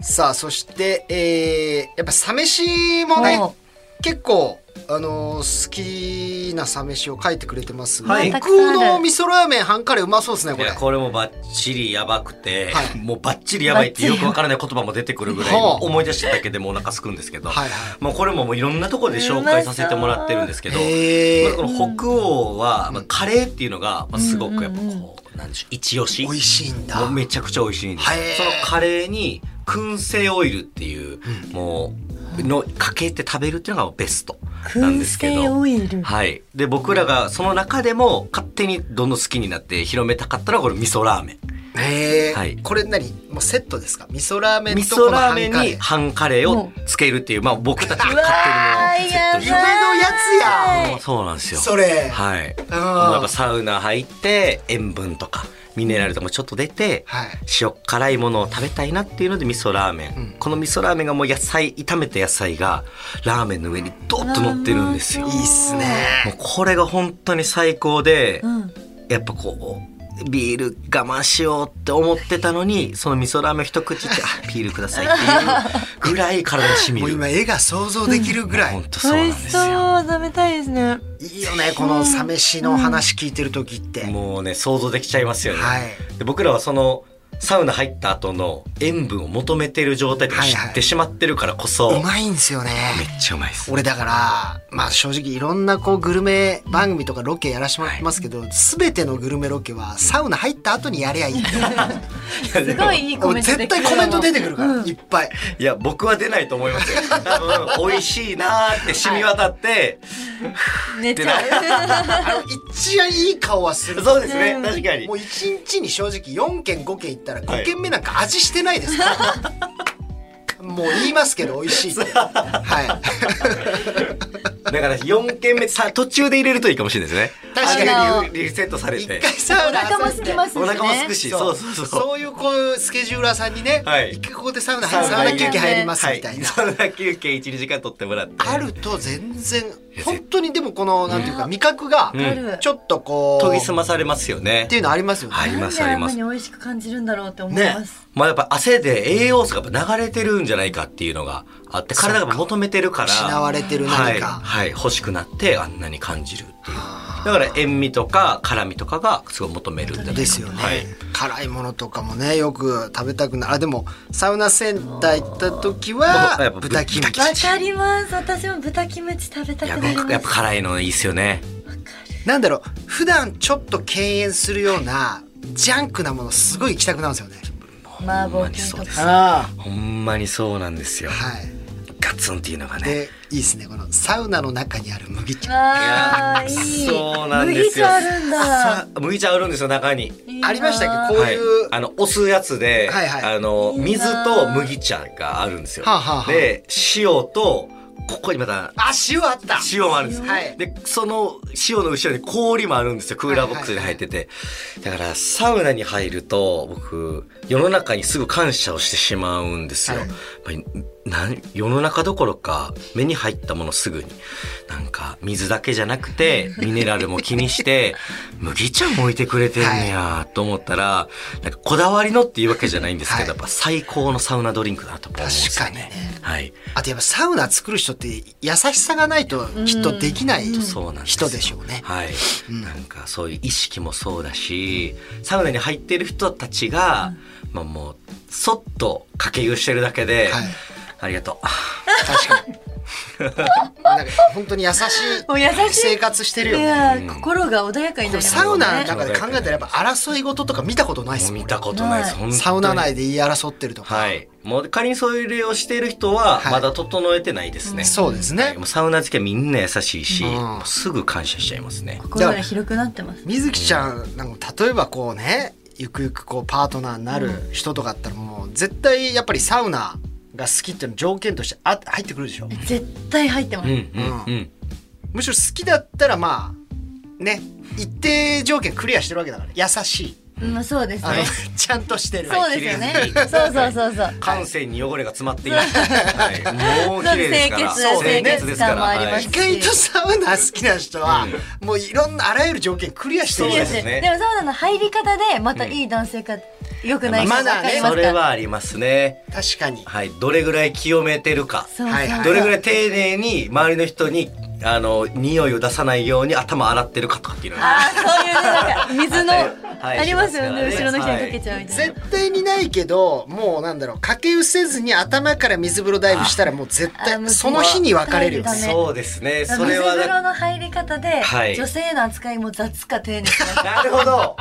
[SPEAKER 2] さあそして、えーやっぱサ飯もね
[SPEAKER 3] お
[SPEAKER 2] 結構、あのー好きなサ飯を書いてくれてますが、
[SPEAKER 4] はい
[SPEAKER 2] 僕の味噌ラーメン半カレーうまそうですねこ
[SPEAKER 4] い
[SPEAKER 2] れ
[SPEAKER 4] やこれもバッチリやばくて、
[SPEAKER 2] はい
[SPEAKER 4] もうバッチリやばいってよくわからない言葉も出てくるぐらい
[SPEAKER 2] はあ
[SPEAKER 4] 思い出しただけでもうお腹すくんですけど、
[SPEAKER 2] はいはい
[SPEAKER 4] もうこれももういろんなところで紹介させてもらってるんですけど、
[SPEAKER 2] へ
[SPEAKER 4] まあ
[SPEAKER 2] ー
[SPEAKER 4] この北欧は、まあ、カレーっていうのが、まあ、すごくやっぱこう、なんでしょう一押し
[SPEAKER 2] 美味しいんだ
[SPEAKER 4] もうめちゃくちゃ美味しいんです
[SPEAKER 2] へー
[SPEAKER 4] そのカレーに燻製オイルっていう、もうのかけて食べるっていうのがベストなんですけど
[SPEAKER 3] 燻製オイル
[SPEAKER 4] はい、で僕らがその中でも勝手にどんどん好きになって広めたかったのはこれ味噌ラーメン
[SPEAKER 2] へえ、
[SPEAKER 4] はい
[SPEAKER 2] これ何もうセットですか味噌ラーメン
[SPEAKER 4] 味
[SPEAKER 2] とこ
[SPEAKER 4] 噌
[SPEAKER 2] の
[SPEAKER 4] ラー
[SPEAKER 2] 半
[SPEAKER 4] メン
[SPEAKER 2] カレ
[SPEAKER 4] に
[SPEAKER 2] ー
[SPEAKER 4] 半カレーをつけるっていう、まあ、僕たちが勝手にもうセットに
[SPEAKER 2] 夢のやつや
[SPEAKER 4] あそうなんですよ
[SPEAKER 2] それ
[SPEAKER 4] はいもう
[SPEAKER 2] あー
[SPEAKER 4] やっぱサウナ入って塩分とかミネラルとかもちょっと出て、
[SPEAKER 2] はい
[SPEAKER 4] 塩辛いものを食べたいなっていうので味噌ラーメン、
[SPEAKER 2] うん
[SPEAKER 4] この味噌ラーメンがもう野菜炒めた野菜がラーメンの上にドッと乗ってるんですよ
[SPEAKER 3] うわ
[SPEAKER 4] もう
[SPEAKER 3] ー
[SPEAKER 2] いいっすね
[SPEAKER 4] これが本当に最高で、
[SPEAKER 3] うん
[SPEAKER 4] やっぱこうビール我慢しようって思ってたのにその味噌ラーメン一口ってあビールくださいっていうぐらい体にし み
[SPEAKER 2] もう
[SPEAKER 4] る
[SPEAKER 2] 今絵が想像できるぐらい、
[SPEAKER 4] 本当そう
[SPEAKER 3] 美
[SPEAKER 4] なん
[SPEAKER 3] 味
[SPEAKER 4] で
[SPEAKER 3] し
[SPEAKER 4] す
[SPEAKER 3] そう
[SPEAKER 4] よ
[SPEAKER 3] 食べたいですね
[SPEAKER 2] いいよねこのサ飯の話聞いてる時って、
[SPEAKER 4] もうね想像できちゃいますよね、
[SPEAKER 2] はい
[SPEAKER 4] で僕らはそのサウナ入った後の塩分を求めてる状態とか
[SPEAKER 2] はい
[SPEAKER 4] 知
[SPEAKER 2] はい
[SPEAKER 4] ってしまってるからこそ、
[SPEAKER 2] うまいんですよね
[SPEAKER 4] めっちゃうまいです
[SPEAKER 2] 俺だからまあ正直いろんなこうグルメ番組とかロケやらしてもらってますけど、全てのグルメロケはサウナ入った後にやりゃいいって
[SPEAKER 4] す
[SPEAKER 3] すごいいいコメント
[SPEAKER 2] 絶対コメント出てくるから、いっぱい
[SPEAKER 4] いや僕は出ないと思いますよ多分美味しいなーって染み渡って、
[SPEAKER 3] 寝ちゃう
[SPEAKER 2] あの一番いい顔はする
[SPEAKER 4] そうですね確かに
[SPEAKER 2] もう一日に正直4件5件行ったら5件目なんか味してない ですから、もう言いますけど美味しいってはい
[SPEAKER 4] だから4軒目さ途中で入れるといいかもしれないですね
[SPEAKER 2] 確
[SPEAKER 3] かに
[SPEAKER 4] にリリセットされ
[SPEAKER 2] 一
[SPEAKER 4] て
[SPEAKER 2] 回サウ
[SPEAKER 3] お
[SPEAKER 2] ナ
[SPEAKER 3] 腹も空きますし
[SPEAKER 4] お
[SPEAKER 3] ね
[SPEAKER 4] 腹もすくし
[SPEAKER 2] そ
[SPEAKER 4] そううそうそう
[SPEAKER 2] そういうこういうスケジューラーさんにね、
[SPEAKER 4] はい
[SPEAKER 2] 一回ここでサウナ
[SPEAKER 4] サウナ
[SPEAKER 2] サウナ休憩入りますみたいな、
[SPEAKER 4] そんな休憩12時間取ってもらって
[SPEAKER 2] あると全然
[SPEAKER 4] いや
[SPEAKER 2] 本当にでもこのなんていうか味覚が
[SPEAKER 4] うん
[SPEAKER 3] る
[SPEAKER 2] ちょっとこう
[SPEAKER 4] 研ぎ
[SPEAKER 2] っ
[SPEAKER 4] 澄まされますよね
[SPEAKER 2] ていうのありますよね。
[SPEAKER 4] あり
[SPEAKER 3] な
[SPEAKER 4] ま
[SPEAKER 3] ん
[SPEAKER 4] す
[SPEAKER 3] で
[SPEAKER 4] あ
[SPEAKER 3] あ
[SPEAKER 4] り
[SPEAKER 3] ん
[SPEAKER 4] ま
[SPEAKER 3] な
[SPEAKER 4] す
[SPEAKER 3] に美味しく感じるんだろうって思い
[SPEAKER 2] ね
[SPEAKER 3] ます、
[SPEAKER 4] まあやっぱ汗で栄養素がやっぱ流れてるんじゃないかっていうのがあって体が求めてるから
[SPEAKER 2] 失われてる何か、
[SPEAKER 4] はい、はい、欲しくなってあんなに感じるっていうだから塩味とか辛味とかがすごい求めるんじゃないか
[SPEAKER 2] ですよね、
[SPEAKER 4] はい
[SPEAKER 2] 辛いものとかもねよく食べたくなるあでもサウナセンター行った時は
[SPEAKER 4] あーやっぱ
[SPEAKER 2] 豚キムチ
[SPEAKER 3] わかります私も豚キムチ食べたく
[SPEAKER 4] いや
[SPEAKER 3] なります
[SPEAKER 4] 僕やっぱ辛いのいいっすよね
[SPEAKER 2] なんだろう普段ちょっと敬遠するようなジャンクなものすごい行きたくなるんですよね。
[SPEAKER 3] 麻
[SPEAKER 4] ほ
[SPEAKER 3] 婆
[SPEAKER 4] んまに
[SPEAKER 3] 菌と
[SPEAKER 4] そう
[SPEAKER 3] か
[SPEAKER 4] です
[SPEAKER 2] あ
[SPEAKER 4] ほんまにそうなんですよ
[SPEAKER 2] はい、
[SPEAKER 4] ガツンっていうのがね
[SPEAKER 2] でいいですねこのサウナの中にある麦茶
[SPEAKER 3] あーいい
[SPEAKER 4] そうなんです
[SPEAKER 3] 麦
[SPEAKER 4] よ
[SPEAKER 3] 茶あるんだ
[SPEAKER 4] さ麦茶あるんですよ中に
[SPEAKER 3] いいな
[SPEAKER 2] ありましたっけこういう、
[SPEAKER 4] あの押すやつで、
[SPEAKER 2] はいはい
[SPEAKER 4] あの
[SPEAKER 3] いいな
[SPEAKER 4] 水と麦茶があるんですよ。
[SPEAKER 2] はあはあはあ
[SPEAKER 4] で塩とここにまた
[SPEAKER 2] あ塩あった
[SPEAKER 4] 塩もあるんです。
[SPEAKER 2] はい
[SPEAKER 4] でその塩の後ろに氷もあるんですよクーラーボックスに入ってて、だからサウナに入ると僕世の中にすぐ感謝をしてしまうんですよ。
[SPEAKER 2] はい
[SPEAKER 4] やっぱりなん世の中どころか目に入ったものすぐになんか水だけじゃな くてミネラルも気にして麦茶も置いてくれてるんやと思ったらなんかこだわりのっていうわけじゃないんですけど、
[SPEAKER 2] はい
[SPEAKER 4] やっぱ最高のサウナドリンクだなと僕は思うんですよ
[SPEAKER 2] 確かにね
[SPEAKER 4] はい
[SPEAKER 2] あとやっぱサウナ作る人って優しさがないときっとできない
[SPEAKER 4] そうなんです
[SPEAKER 2] 人でしょう ね。
[SPEAKER 4] はい、
[SPEAKER 2] うん
[SPEAKER 4] なんかそういう意識もそうだしサウナに入ってる人たちが、まあ、もうそっと掛け湯してるだけで、
[SPEAKER 2] はい
[SPEAKER 4] ありがとう
[SPEAKER 2] 確 かに。なんか本当に優しい
[SPEAKER 3] お優しい
[SPEAKER 2] 生活してるよ
[SPEAKER 3] い
[SPEAKER 2] ね。
[SPEAKER 3] やー心が穏やかになりますね
[SPEAKER 2] サウナの中で考えたらやっぱ争い事とか見たことないっ
[SPEAKER 4] も
[SPEAKER 2] す
[SPEAKER 4] う
[SPEAKER 2] もん
[SPEAKER 4] 見たことないで
[SPEAKER 3] は
[SPEAKER 4] す、
[SPEAKER 3] い
[SPEAKER 4] 本当に
[SPEAKER 2] サウナ内で言い争ってるとか。
[SPEAKER 4] はいもう仮にそういう例をしている人は
[SPEAKER 2] はい
[SPEAKER 4] まだ整えてないですね、
[SPEAKER 2] そうです
[SPEAKER 4] はい
[SPEAKER 2] ね
[SPEAKER 4] も。うサウナ好きはみんな優しいし、
[SPEAKER 2] うん
[SPEAKER 4] もうすぐ感謝しちゃいますね
[SPEAKER 3] 心が広くなってます
[SPEAKER 2] みずきちゃんなんか例えばこうね、ゆくゆくこうパートナーになる人とかあったらもう絶対やっぱりサウナが好きっていうの条件としてあ入ってくるでしょ。
[SPEAKER 3] 絶対入ってま
[SPEAKER 4] う
[SPEAKER 3] す、
[SPEAKER 4] んうんうん
[SPEAKER 2] むしろ好きだったらまあね一定条件クリアしてるわけだから優しい
[SPEAKER 3] うん、そうです
[SPEAKER 2] あの、
[SPEAKER 3] ね
[SPEAKER 2] ちゃんとしてる
[SPEAKER 3] そうですよねそうそうそうそう
[SPEAKER 4] 感性に汚れが詰まっています、はい、もう綺麗ですから
[SPEAKER 3] そう
[SPEAKER 2] です清潔
[SPEAKER 4] 清潔ですか
[SPEAKER 3] 清潔
[SPEAKER 4] ら
[SPEAKER 3] 感もあります
[SPEAKER 2] 意
[SPEAKER 3] し
[SPEAKER 2] 外とサウナ好きな人は、もういろんなあらゆる条件クリアしてる
[SPEAKER 4] そう
[SPEAKER 2] じゃ
[SPEAKER 4] で
[SPEAKER 2] ん
[SPEAKER 4] す
[SPEAKER 3] で
[SPEAKER 4] ね
[SPEAKER 3] もサウナの入り方でまたいい男性か、良くないか
[SPEAKER 2] まあ
[SPEAKER 3] わ
[SPEAKER 2] まだ
[SPEAKER 3] か
[SPEAKER 2] ね
[SPEAKER 3] りま
[SPEAKER 4] そ
[SPEAKER 3] す
[SPEAKER 4] れ
[SPEAKER 3] から、
[SPEAKER 4] はありますね。
[SPEAKER 2] 確かに
[SPEAKER 4] はい、どれぐらい清めてるか、
[SPEAKER 3] そうそう
[SPEAKER 2] はいはい
[SPEAKER 4] どれぐらい丁寧に周りの人にあの匂いを出さないように頭洗ってるかとかっていうのが
[SPEAKER 3] あーそういうねなんか水の
[SPEAKER 4] はい
[SPEAKER 3] ありますよね
[SPEAKER 4] し
[SPEAKER 3] 後ろの人に
[SPEAKER 4] はい
[SPEAKER 3] かけちゃうみたいな、
[SPEAKER 2] 絶対にないけどもうなんだろうかけうせずに頭から水風呂ダイブしたらもう絶
[SPEAKER 3] あも
[SPEAKER 2] 対
[SPEAKER 3] う
[SPEAKER 2] その日に別れるよ
[SPEAKER 3] ダ
[SPEAKER 2] ね
[SPEAKER 3] メ
[SPEAKER 4] そうですねそ
[SPEAKER 3] 水
[SPEAKER 4] れは
[SPEAKER 3] 風呂
[SPEAKER 4] な
[SPEAKER 3] の入り方で、
[SPEAKER 4] はい
[SPEAKER 3] 女性の扱いも雑か丁寧か
[SPEAKER 4] なるほど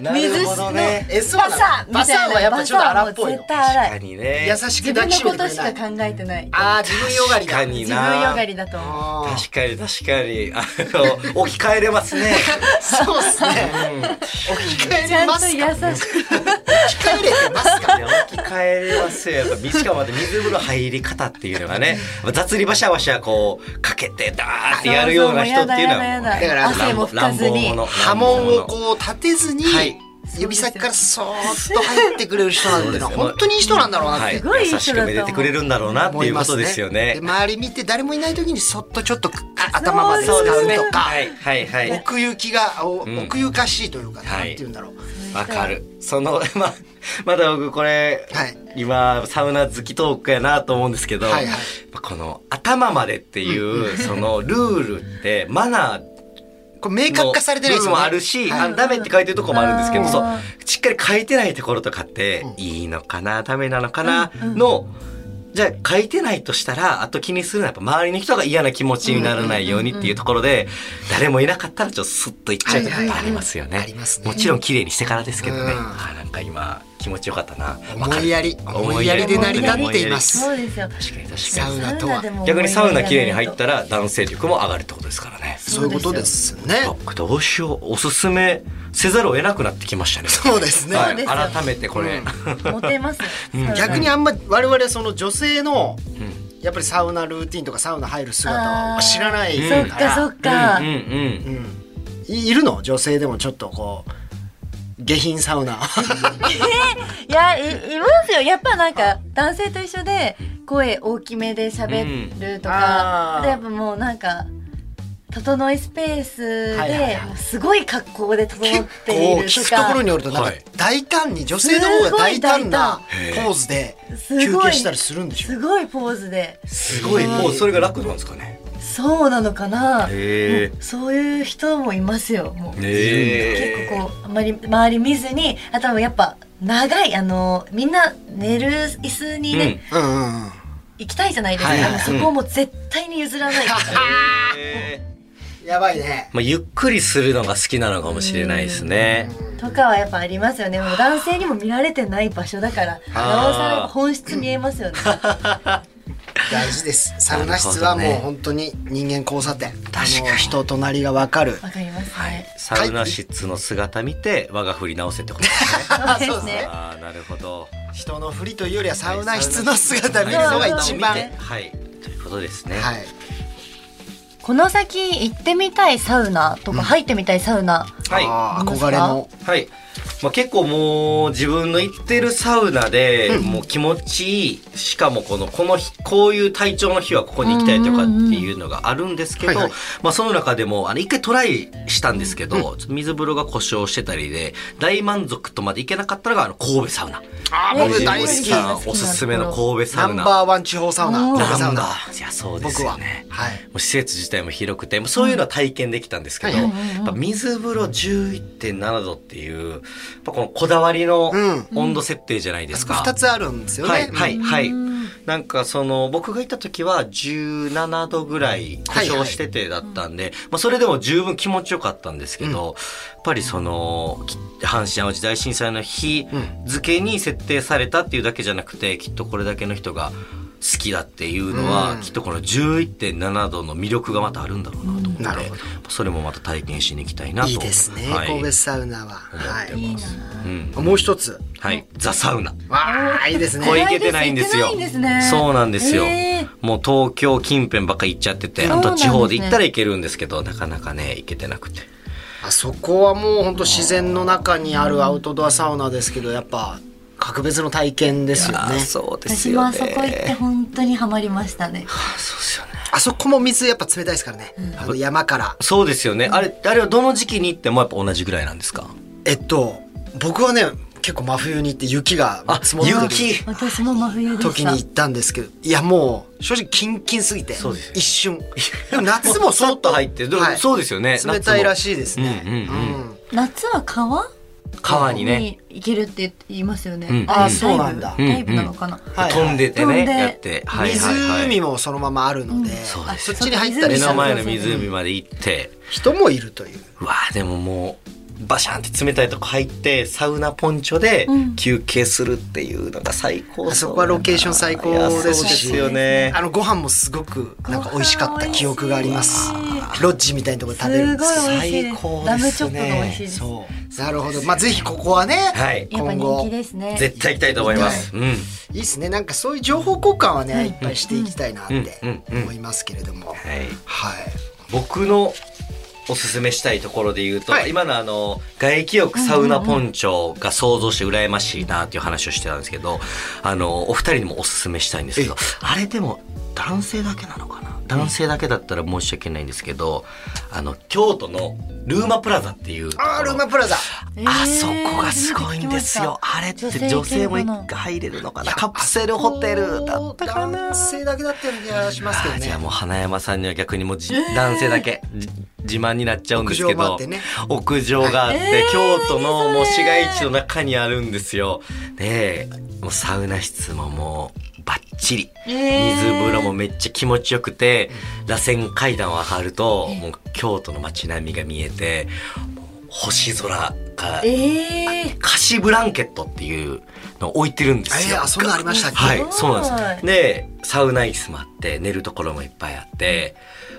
[SPEAKER 4] なるほどね
[SPEAKER 2] えそうなの
[SPEAKER 3] バサッ
[SPEAKER 2] バサーはやっぱちょっと荒っぽいの
[SPEAKER 3] バサッもう絶対荒
[SPEAKER 4] 確
[SPEAKER 3] い
[SPEAKER 4] かにね
[SPEAKER 2] 優しく
[SPEAKER 3] 自
[SPEAKER 2] 抱
[SPEAKER 3] 分
[SPEAKER 2] き
[SPEAKER 3] の
[SPEAKER 2] しめて
[SPEAKER 3] こ
[SPEAKER 2] く
[SPEAKER 3] と
[SPEAKER 2] れ
[SPEAKER 3] し
[SPEAKER 2] な
[SPEAKER 3] か
[SPEAKER 2] い
[SPEAKER 3] 考えてない
[SPEAKER 2] ああ自分よがり
[SPEAKER 4] 確
[SPEAKER 2] だ
[SPEAKER 4] かに
[SPEAKER 3] 自分よ
[SPEAKER 4] な
[SPEAKER 3] がりだと思う
[SPEAKER 2] あー
[SPEAKER 4] 確かに確かにあの置き換えれますね
[SPEAKER 2] そうっすね置き換え
[SPEAKER 3] ちゃ
[SPEAKER 2] れ
[SPEAKER 3] んと
[SPEAKER 2] ますか
[SPEAKER 3] 優しく
[SPEAKER 2] 置き換えれてますか
[SPEAKER 4] いや置き換えれますよやっぱしかもまた水風呂入り方っていうのがね雑にバシャバシャこうかけてダーってやるような人っていうのはもうね
[SPEAKER 3] そうそうもうやだやだ
[SPEAKER 2] やだ
[SPEAKER 3] 汗も拭かずに
[SPEAKER 4] 乱暴者
[SPEAKER 2] 波紋をこう立てずに、
[SPEAKER 4] はい
[SPEAKER 2] 指先からそーっと入ってくれる人なんてのは
[SPEAKER 4] そうですよ
[SPEAKER 2] 本当にいい人なんだろうなって、
[SPEAKER 4] はい、
[SPEAKER 3] すごいいい
[SPEAKER 4] 優し
[SPEAKER 3] 人だと思
[SPEAKER 4] く
[SPEAKER 3] う
[SPEAKER 4] めでてくれるんだろうなって
[SPEAKER 2] 思
[SPEAKER 4] い
[SPEAKER 2] いう
[SPEAKER 4] こ
[SPEAKER 2] ま
[SPEAKER 4] と
[SPEAKER 2] す
[SPEAKER 4] で
[SPEAKER 2] ね
[SPEAKER 4] すよね
[SPEAKER 2] で。周り見て誰もいない時にそっとちょっと頭まで使う
[SPEAKER 4] そうですね
[SPEAKER 2] とか、
[SPEAKER 4] はいはいはい。
[SPEAKER 2] 奥行きがお
[SPEAKER 4] ん
[SPEAKER 2] 奥ゆかしいというか、
[SPEAKER 4] はい
[SPEAKER 2] なんて言うんだろう
[SPEAKER 4] わかる。そのままだ僕これ、
[SPEAKER 2] はい
[SPEAKER 4] 今サウナ好きトークやなと思うんですけど、
[SPEAKER 2] はいはい
[SPEAKER 4] この頭までっていうそのルールってマナー
[SPEAKER 2] これ明確化されてないですよ
[SPEAKER 4] 部分
[SPEAKER 2] ね
[SPEAKER 4] もあるし、
[SPEAKER 2] はい
[SPEAKER 4] あダメって書いてるとこもあるんですけ
[SPEAKER 3] う
[SPEAKER 4] ど、
[SPEAKER 3] ん
[SPEAKER 4] そう
[SPEAKER 3] あ
[SPEAKER 4] しっかり書いてないところとかって
[SPEAKER 2] うん
[SPEAKER 4] いいのかなダメなのかなの、じゃあ書いてないとしたらあと気にするのはやっぱ周りの人が嫌な気持ちにならないようにっていうところで、誰もいなかったらちょっとスッといっちゃうとかってありますよね。
[SPEAKER 2] はいはいありますね
[SPEAKER 4] もちろん綺麗にしてからですけどね。
[SPEAKER 2] うん
[SPEAKER 4] あなんか今気持ちよかったな。わ
[SPEAKER 2] 思
[SPEAKER 4] かる
[SPEAKER 2] いやり思いやりで成り立っていま
[SPEAKER 3] そ
[SPEAKER 2] す
[SPEAKER 3] うですよ
[SPEAKER 4] 確かに確
[SPEAKER 2] サ
[SPEAKER 4] か
[SPEAKER 2] ウ
[SPEAKER 4] に。
[SPEAKER 2] ナとは
[SPEAKER 3] でも思いや
[SPEAKER 4] 逆
[SPEAKER 3] り
[SPEAKER 4] にサウナ綺麗に入った
[SPEAKER 3] ら
[SPEAKER 4] ら男性力も上がるってことですからね。
[SPEAKER 2] そういうことですね
[SPEAKER 4] あどうしようおすすめせざるを得なくなってきましたね
[SPEAKER 2] そうですね
[SPEAKER 4] は
[SPEAKER 3] そうで
[SPEAKER 4] い、
[SPEAKER 3] すよ
[SPEAKER 4] 改めてこ れ、
[SPEAKER 3] モテますよ
[SPEAKER 2] 逆にあんま我々その女性の
[SPEAKER 4] ん
[SPEAKER 2] やっぱりサウナルーティンとかサウナ入る姿は知らない
[SPEAKER 4] あ
[SPEAKER 2] か
[SPEAKER 4] ー
[SPEAKER 2] ら
[SPEAKER 3] そっかそっか、
[SPEAKER 4] うんう
[SPEAKER 2] う
[SPEAKER 4] ん
[SPEAKER 2] んいいるの女性でもちょっとこう下品サウナ
[SPEAKER 3] いやいいますよやっぱなんか男性と一緒で声大きめで喋ると
[SPEAKER 2] うんあ
[SPEAKER 3] か、
[SPEAKER 2] ー
[SPEAKER 3] でやっぱもうなんか整いスペース
[SPEAKER 2] はいはい
[SPEAKER 3] で
[SPEAKER 2] はい
[SPEAKER 3] もうすごい格好で整
[SPEAKER 2] 結
[SPEAKER 3] って
[SPEAKER 2] 構
[SPEAKER 3] いる
[SPEAKER 2] 聞
[SPEAKER 3] と
[SPEAKER 2] くところ
[SPEAKER 3] か
[SPEAKER 2] によるとなん
[SPEAKER 4] は
[SPEAKER 2] か
[SPEAKER 4] い
[SPEAKER 2] 大胆に女性の方が大胆な
[SPEAKER 4] すごい大胆
[SPEAKER 2] ポーズで
[SPEAKER 3] へえ
[SPEAKER 2] 休憩したりするんでしょ
[SPEAKER 3] すごいポーズです
[SPEAKER 4] ごいもうそれが楽なんですかね
[SPEAKER 3] そうなのかな
[SPEAKER 4] へえ
[SPEAKER 3] もうそういう人もいますよもう
[SPEAKER 4] へえ
[SPEAKER 3] 結構こうあんまり周り見ずにあ多分やっぱ長いあのみんな寝る椅子にね、
[SPEAKER 4] うん
[SPEAKER 2] うんうんうん
[SPEAKER 3] 行きたいじゃないですか、
[SPEAKER 2] はいはい
[SPEAKER 3] もうそこをもう絶対に譲らないとか
[SPEAKER 2] やばいね
[SPEAKER 4] まあ、ゆっくりするのが好きなのかもしれないですね
[SPEAKER 3] とかはやっぱありますよねもう男性にも見られてない場所だからなおさら本質見えますよね
[SPEAKER 2] 大事ですサウナ室はもう本当に人間交差点あの人となりが分かる
[SPEAKER 3] わかりますね、
[SPEAKER 4] はいサウナ室の姿見て我が振り直せってことですね
[SPEAKER 3] そうですね
[SPEAKER 4] ああなるほど
[SPEAKER 2] 人のふりというよりはサウナ室の姿見るのが一番
[SPEAKER 4] は
[SPEAKER 2] はい
[SPEAKER 4] いはいということですね、
[SPEAKER 3] この先行ってみたいサウナとか入ってみたいサウナ、
[SPEAKER 4] はい
[SPEAKER 2] あー憧れの
[SPEAKER 4] はい。まあ、結構もう自分の行ってるサウナで、もう気持ちいい、しかもこの、この日、こういう体調の日はここに行きたいとかっていうのがあるんですけど、
[SPEAKER 2] うんうんうんはい
[SPEAKER 4] まあその中でも、あの、一回トライしたんですけど、ちょっと水風呂が故障してたりで、大満足とまで行けなかったのが、あの、神戸サウナ。
[SPEAKER 2] あー僕大好
[SPEAKER 4] 藤
[SPEAKER 2] き
[SPEAKER 4] 森さんおすすめの神戸サ
[SPEAKER 2] ナ
[SPEAKER 4] ウ
[SPEAKER 2] ン
[SPEAKER 4] ナ。
[SPEAKER 2] バーワン地方サウナ
[SPEAKER 3] うん
[SPEAKER 2] 神戸サウ
[SPEAKER 4] なん
[SPEAKER 2] ナ
[SPEAKER 4] だいや、そうで
[SPEAKER 2] 僕
[SPEAKER 4] す
[SPEAKER 2] は
[SPEAKER 4] よね。
[SPEAKER 2] はい
[SPEAKER 4] もう施設自体も広くてもうそういうのは体験できたんですけど、
[SPEAKER 2] はい
[SPEAKER 4] やっぱ水風呂11.7度っていうやっぱこのこだわりの
[SPEAKER 2] うん
[SPEAKER 4] 温度設定じゃないですか。
[SPEAKER 2] 2つあるんですよね
[SPEAKER 4] はいはいはい。なんかその僕が行った時は17度ぐらい故障しててだったんで、まあそれでも十分気持ちよかったんですけ
[SPEAKER 2] うん
[SPEAKER 4] ど、やっぱりそのき阪神淡路大震災の日付に設定されたっていうだけじゃなくてきっとこれだけの人が好きだっていうのは、
[SPEAKER 2] うん
[SPEAKER 4] きっとこの11.7度の魅力がまたあるんだろうなと思って、
[SPEAKER 2] なるほど
[SPEAKER 4] それもまた体験しに行きたいなと
[SPEAKER 2] いいですね、
[SPEAKER 4] はい
[SPEAKER 2] 神戸サウナは、は
[SPEAKER 4] 思って
[SPEAKER 2] い、
[SPEAKER 4] ますうん
[SPEAKER 2] もう一つ
[SPEAKER 4] はい、ザ・サウナ
[SPEAKER 2] わあいいですね
[SPEAKER 4] こう行けてないんですよ。
[SPEAKER 3] 行けてないんですね
[SPEAKER 4] そうなんですよ。
[SPEAKER 3] え
[SPEAKER 4] もう東京近辺ばっか行っちゃってて、
[SPEAKER 3] そうな
[SPEAKER 4] あ
[SPEAKER 3] んですね
[SPEAKER 4] と地方で行ったら行けるんですけど、なかなかね、行けてなくて。
[SPEAKER 2] あそこはもう本当自然の中にあるアウトドアサウナですけどやっぱ格別の体験ですよ
[SPEAKER 4] あ
[SPEAKER 2] ね
[SPEAKER 4] そうで
[SPEAKER 3] 私
[SPEAKER 4] す
[SPEAKER 3] も
[SPEAKER 4] よ
[SPEAKER 3] あ
[SPEAKER 4] ね。
[SPEAKER 3] そこ行って本当にハマりましたね
[SPEAKER 4] あそうですよね。
[SPEAKER 2] あそこも水やっぱ冷たいですからね、あの山から
[SPEAKER 4] そうですよね。あれ、あれはどの時期に行ってもやっぱ同じぐらいなんですか
[SPEAKER 2] えっと僕はね結構真冬に行って雪が
[SPEAKER 4] あ
[SPEAKER 2] 積もってる
[SPEAKER 4] 雪
[SPEAKER 3] 私も真冬でし
[SPEAKER 2] 時に
[SPEAKER 3] た
[SPEAKER 2] 行ったんですけどいやもう正直キンキンすぎて
[SPEAKER 4] そうですよね
[SPEAKER 2] 一瞬でも夏も
[SPEAKER 4] さ
[SPEAKER 2] 相
[SPEAKER 4] っと
[SPEAKER 2] 当
[SPEAKER 4] 入って、でも
[SPEAKER 2] はい
[SPEAKER 4] そうですよね。
[SPEAKER 2] 冷たいら
[SPEAKER 4] い。
[SPEAKER 2] しいですね
[SPEAKER 4] うんうんうん
[SPEAKER 2] うん
[SPEAKER 3] 夏は川
[SPEAKER 4] 川にね
[SPEAKER 3] に行けるって言いますよね。
[SPEAKER 4] うん
[SPEAKER 2] あ
[SPEAKER 3] れ
[SPEAKER 2] そうなんだ
[SPEAKER 3] ライブなのかな。
[SPEAKER 2] はい
[SPEAKER 4] 飛んでて
[SPEAKER 3] 飛
[SPEAKER 4] ね
[SPEAKER 3] んで
[SPEAKER 4] やってはいはいはい
[SPEAKER 2] 湖もそのままあるので、
[SPEAKER 4] そうです
[SPEAKER 2] そっちに入ったり
[SPEAKER 4] 目
[SPEAKER 2] し
[SPEAKER 4] の
[SPEAKER 2] た
[SPEAKER 4] 前の湖まで行って
[SPEAKER 2] 人もいるという。
[SPEAKER 4] うわあでももうバシャンって冷たいとこ入ってサウナポンチョで
[SPEAKER 3] うん
[SPEAKER 4] 休憩するっていうのが最高うだな
[SPEAKER 2] あそこはロケーション最高
[SPEAKER 4] いやそう
[SPEAKER 2] です
[SPEAKER 3] し
[SPEAKER 4] よね
[SPEAKER 2] あのご飯もすごくなんか美味しかった記憶があります
[SPEAKER 3] ご飯美味し。
[SPEAKER 2] ロッジみたいなところで食べるんです
[SPEAKER 3] すごい美味しいで
[SPEAKER 4] 最
[SPEAKER 3] す
[SPEAKER 4] 高
[SPEAKER 3] ラム
[SPEAKER 4] で
[SPEAKER 3] チョ
[SPEAKER 4] す
[SPEAKER 3] ップが美味しい
[SPEAKER 4] ね
[SPEAKER 3] です
[SPEAKER 4] そう
[SPEAKER 2] なるほど。まあぜひここはね、
[SPEAKER 4] はい
[SPEAKER 3] やっぱ
[SPEAKER 2] 今
[SPEAKER 3] 人
[SPEAKER 2] 後
[SPEAKER 3] 気ですね。
[SPEAKER 4] 絶対行きたいと思います、うん
[SPEAKER 2] いいですね。なんかそういう情報交換はね、いっぱいしていきたいなって
[SPEAKER 4] うんうんうん
[SPEAKER 2] 思いますけれども。
[SPEAKER 4] はい、
[SPEAKER 2] はい。
[SPEAKER 4] 僕のおすすめしたいところで言うと、
[SPEAKER 2] はい
[SPEAKER 4] 今のあの外気浴サウナポンチョが想像して羨ましいなっていう話をしてたんですけどあのお二人にもおすすめしたいんですけどあれでも男性だけなのかな男性だけだったら申し訳ないんですけどあの京都のルーマプラザっていうところ
[SPEAKER 2] あールーマプラザ。
[SPEAKER 3] えー
[SPEAKER 4] あそこがすごいんですよ。。あれって女性も
[SPEAKER 3] 女性系かな
[SPEAKER 4] 入れるのかなカプセルホテルだったかな
[SPEAKER 2] 男性だけだったような気がしますけど
[SPEAKER 4] あーじゃあ
[SPEAKER 2] ね。
[SPEAKER 4] もう花山さんには逆にもうじ、男性だけじ自慢になっちゃうんですけ
[SPEAKER 2] 屋上もあ
[SPEAKER 4] ど
[SPEAKER 2] ってね
[SPEAKER 4] 屋上があって、
[SPEAKER 3] えー
[SPEAKER 4] 京都のもう市街地の中にあるんですよ。でもうサウナ室ももうバッチリ
[SPEAKER 3] えー
[SPEAKER 4] 水風呂もめっちゃ気持ちよくて、螺旋階段を上がるともう京都の街並みが見えてもう星空が
[SPEAKER 3] ええ
[SPEAKER 4] 菓子ブランケットっていうのを置いてるんですよ。
[SPEAKER 2] えーあそんなんありましたっけ
[SPEAKER 4] はい
[SPEAKER 3] すご、い
[SPEAKER 4] そうなんです。で、サウナ椅子もあって、寝るところもいっぱいあって、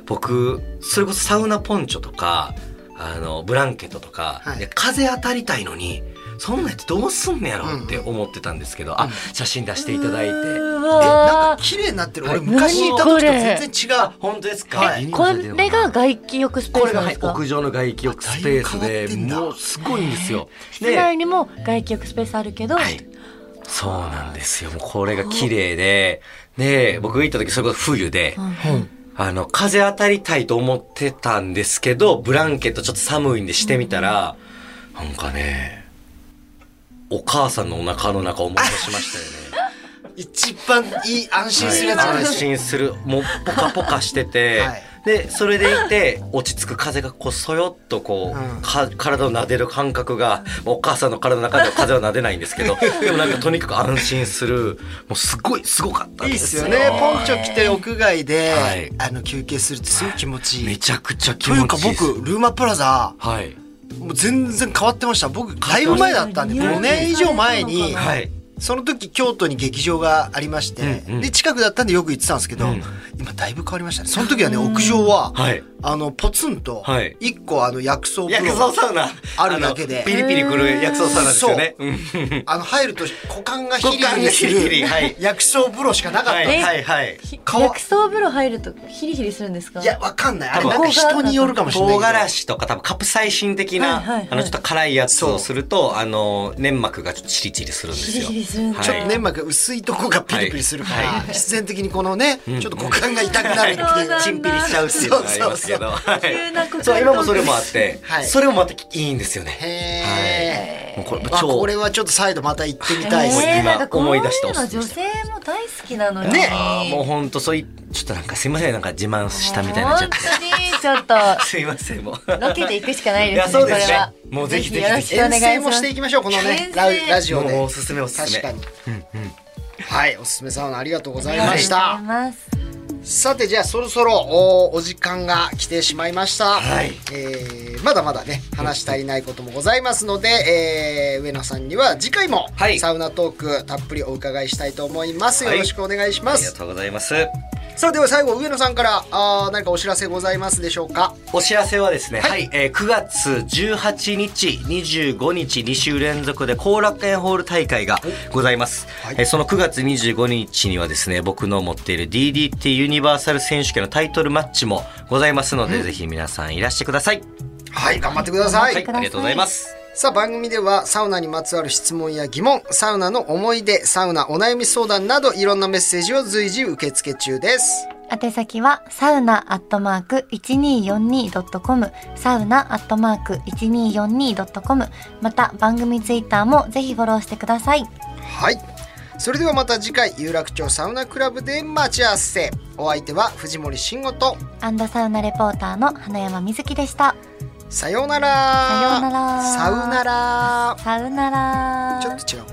[SPEAKER 4] 僕、それこそサウナポンチョとか、あの、ブランケットとか、
[SPEAKER 2] はい
[SPEAKER 4] で風当たりたいのに、そんなんやってどうすんのやろって思ってたんですけど、
[SPEAKER 2] う
[SPEAKER 4] あ
[SPEAKER 2] ん、
[SPEAKER 4] 写真出していただいて。
[SPEAKER 3] う
[SPEAKER 2] えな
[SPEAKER 3] わ
[SPEAKER 2] んか綺麗になってる。
[SPEAKER 4] はい
[SPEAKER 2] 俺昔行った時と全然。
[SPEAKER 4] 全然違う本当ですか、
[SPEAKER 2] はい
[SPEAKER 3] ーこれが外気浴スペ
[SPEAKER 4] こ
[SPEAKER 3] ー
[SPEAKER 4] れ
[SPEAKER 3] ス
[SPEAKER 4] が、
[SPEAKER 3] なん
[SPEAKER 4] は
[SPEAKER 3] で
[SPEAKER 4] い
[SPEAKER 3] すか。
[SPEAKER 4] 屋上の外気浴スペース
[SPEAKER 2] だいぶ変わ
[SPEAKER 4] で
[SPEAKER 2] ってんだ
[SPEAKER 4] もうすごいんですよ。
[SPEAKER 3] 室内にも外気浴スペースあるけど、
[SPEAKER 4] はい。そうなんですよ。もうこれが綺麗で、で、僕が行った時、それこそ冬で、あの、風当たりたいと思ってたんですけど、ブランケットちょっと寒いんでしてみたら、なんかね、お母さんのお腹の中を思い出しましたよね。
[SPEAKER 2] 一番いい安心するやつじゃないで
[SPEAKER 4] 安
[SPEAKER 2] すか。
[SPEAKER 4] 心する。もう、ポカポカしてて、
[SPEAKER 2] はい
[SPEAKER 4] で、それでいて、落ち着く風がこう、そよっとこう、
[SPEAKER 2] うん
[SPEAKER 4] か体を撫でる感覚が、もうお母さんの体の中では風は撫でないんで すけど、でもなんかとにかく安心する、もうすごい、すごかった
[SPEAKER 2] い
[SPEAKER 4] ん
[SPEAKER 2] い
[SPEAKER 4] で
[SPEAKER 2] っす
[SPEAKER 4] すよ。
[SPEAKER 2] よね。ポンチョ着て屋外で
[SPEAKER 4] はい、
[SPEAKER 2] あの休憩するってすごい気持ちいい。
[SPEAKER 4] めちゃくちゃ気
[SPEAKER 2] と
[SPEAKER 4] 持
[SPEAKER 2] い
[SPEAKER 4] ちいうい
[SPEAKER 2] か
[SPEAKER 4] です
[SPEAKER 2] 僕ルーマプラザ
[SPEAKER 4] はい。
[SPEAKER 2] もう全然変わってました僕だいぶ前だったんで
[SPEAKER 3] 変
[SPEAKER 2] 5
[SPEAKER 3] わってました
[SPEAKER 2] 年以上前に
[SPEAKER 4] はい。
[SPEAKER 2] その時京都に劇場がありまして
[SPEAKER 4] うんうん
[SPEAKER 2] で近くだったんでよく行ってたんですけど
[SPEAKER 4] うん
[SPEAKER 2] 今だいぶ変わりましたねその時はね屋上は
[SPEAKER 4] はい。
[SPEAKER 2] あのポツンと
[SPEAKER 4] はい
[SPEAKER 2] 1個あの薬草風
[SPEAKER 4] 薬草
[SPEAKER 2] 呂
[SPEAKER 4] サウナ。
[SPEAKER 2] あるだけで
[SPEAKER 4] あのピリピリくる薬草サウナですよね。うん
[SPEAKER 2] あの入ると股間がヒリヒリす
[SPEAKER 4] 股間がヒリヒリ
[SPEAKER 2] る
[SPEAKER 4] はい
[SPEAKER 2] 薬草風呂しかなかった
[SPEAKER 4] は
[SPEAKER 2] ん
[SPEAKER 4] い
[SPEAKER 2] です
[SPEAKER 4] はいはい。
[SPEAKER 3] ひ
[SPEAKER 2] 川
[SPEAKER 3] 薬草風呂入るとヒリヒリするんですか。
[SPEAKER 2] いやわかんないあれ
[SPEAKER 4] 多分
[SPEAKER 2] なんか人によるかもしれない
[SPEAKER 4] 唐辛
[SPEAKER 2] 子
[SPEAKER 4] 子とか多分カプサイシン的
[SPEAKER 3] はいはいは、
[SPEAKER 4] ないあのちょっと辛いやつをすると、あの、粘膜がちょっとチリチリするんですよ。
[SPEAKER 3] チリチリするんだ
[SPEAKER 4] はい
[SPEAKER 2] ちょっと粘膜が薄いとこがピリピリするか
[SPEAKER 4] はい
[SPEAKER 2] ら
[SPEAKER 4] は
[SPEAKER 2] 必然的にこのねちょっと股間が痛くなるって
[SPEAKER 3] そうないん
[SPEAKER 2] う
[SPEAKER 3] だ
[SPEAKER 4] チンピリしちゃうっていうのがありますけど。はい
[SPEAKER 3] 急なこと
[SPEAKER 4] そう、今もそれもあって
[SPEAKER 2] は、い
[SPEAKER 4] それもまたいいんですよね。
[SPEAKER 2] へ
[SPEAKER 4] もうこれ
[SPEAKER 2] ー、
[SPEAKER 4] 超
[SPEAKER 2] あこれはちょっと再度また行ってみたいですね。
[SPEAKER 3] えー、
[SPEAKER 4] 今
[SPEAKER 3] なんかこう
[SPEAKER 4] 思
[SPEAKER 3] い
[SPEAKER 4] いう出してお
[SPEAKER 3] の
[SPEAKER 4] すす
[SPEAKER 3] 女
[SPEAKER 4] めし
[SPEAKER 3] 性も大好きなのに。
[SPEAKER 2] ね
[SPEAKER 4] あーもうほんとそうい、ちょっとなんかすいません、なんか自慢したみたいになっちゃ
[SPEAKER 3] 本
[SPEAKER 4] って。
[SPEAKER 3] 当にちょっと
[SPEAKER 4] すいません、 もう。
[SPEAKER 3] ロケで行くしかない
[SPEAKER 4] い
[SPEAKER 3] で
[SPEAKER 4] や
[SPEAKER 3] すね。
[SPEAKER 4] そ
[SPEAKER 3] こ
[SPEAKER 4] う
[SPEAKER 3] れ
[SPEAKER 4] です
[SPEAKER 3] は
[SPEAKER 4] ね。。もうぜひぜひ
[SPEAKER 3] ぜひよ
[SPEAKER 4] ぜ
[SPEAKER 3] ろ
[SPEAKER 4] ひ
[SPEAKER 3] しくお願いします
[SPEAKER 2] 遠征もしていきましょうこのね
[SPEAKER 3] 遠征
[SPEAKER 2] ララジオで、
[SPEAKER 4] もうおすすめおすすめ
[SPEAKER 2] 確かに、はいおすすめサウナありがとうございました、
[SPEAKER 3] ありがとうございます
[SPEAKER 2] さてじゃあそろそろおお時間が来てしまいました、
[SPEAKER 4] はい
[SPEAKER 2] えーまだまだね話し足りないこともございますので、えー上野さんには次回も
[SPEAKER 4] はい
[SPEAKER 2] サウナトークたっぷりお伺いしたいと思います、
[SPEAKER 4] はい
[SPEAKER 2] よろしくお願いし
[SPEAKER 4] あ
[SPEAKER 2] ま
[SPEAKER 4] りが
[SPEAKER 2] す
[SPEAKER 4] とうございます。
[SPEAKER 2] さあでは最後上野さんからあー何かお知らせございますでしょうか
[SPEAKER 4] お知らせはですね、
[SPEAKER 2] はい
[SPEAKER 4] はい、えー9月18日、25日、2週連続で後楽園ホール大会がございます。
[SPEAKER 2] はい
[SPEAKER 4] えーその9月25日にはですね、僕の持っている DDT ユニバーサル選手権のタイトルマッチもございますので、ぜひ皆さんいらしてください。
[SPEAKER 2] はい頑張ってください、
[SPEAKER 4] はい、ありがとうございます。
[SPEAKER 2] さあ番組ではサウナにまつわる質問や疑問サウナの思い出サウナお悩み相談などいろんなメッセージを随時受付中です
[SPEAKER 3] 宛先はサウナアットマーク 1242.com サウナアットマーク 1242.com また番組ツイッターもぜひフォローしてください
[SPEAKER 2] はいそれではまた次回有楽町サウナクラブで待ち合わせお相手は藤森慎吾と
[SPEAKER 3] アンドサウナレポーターの花山瑞希でした
[SPEAKER 2] 「さようなら
[SPEAKER 3] さようなら
[SPEAKER 2] さうなら
[SPEAKER 3] さよなら
[SPEAKER 2] ちょっと違う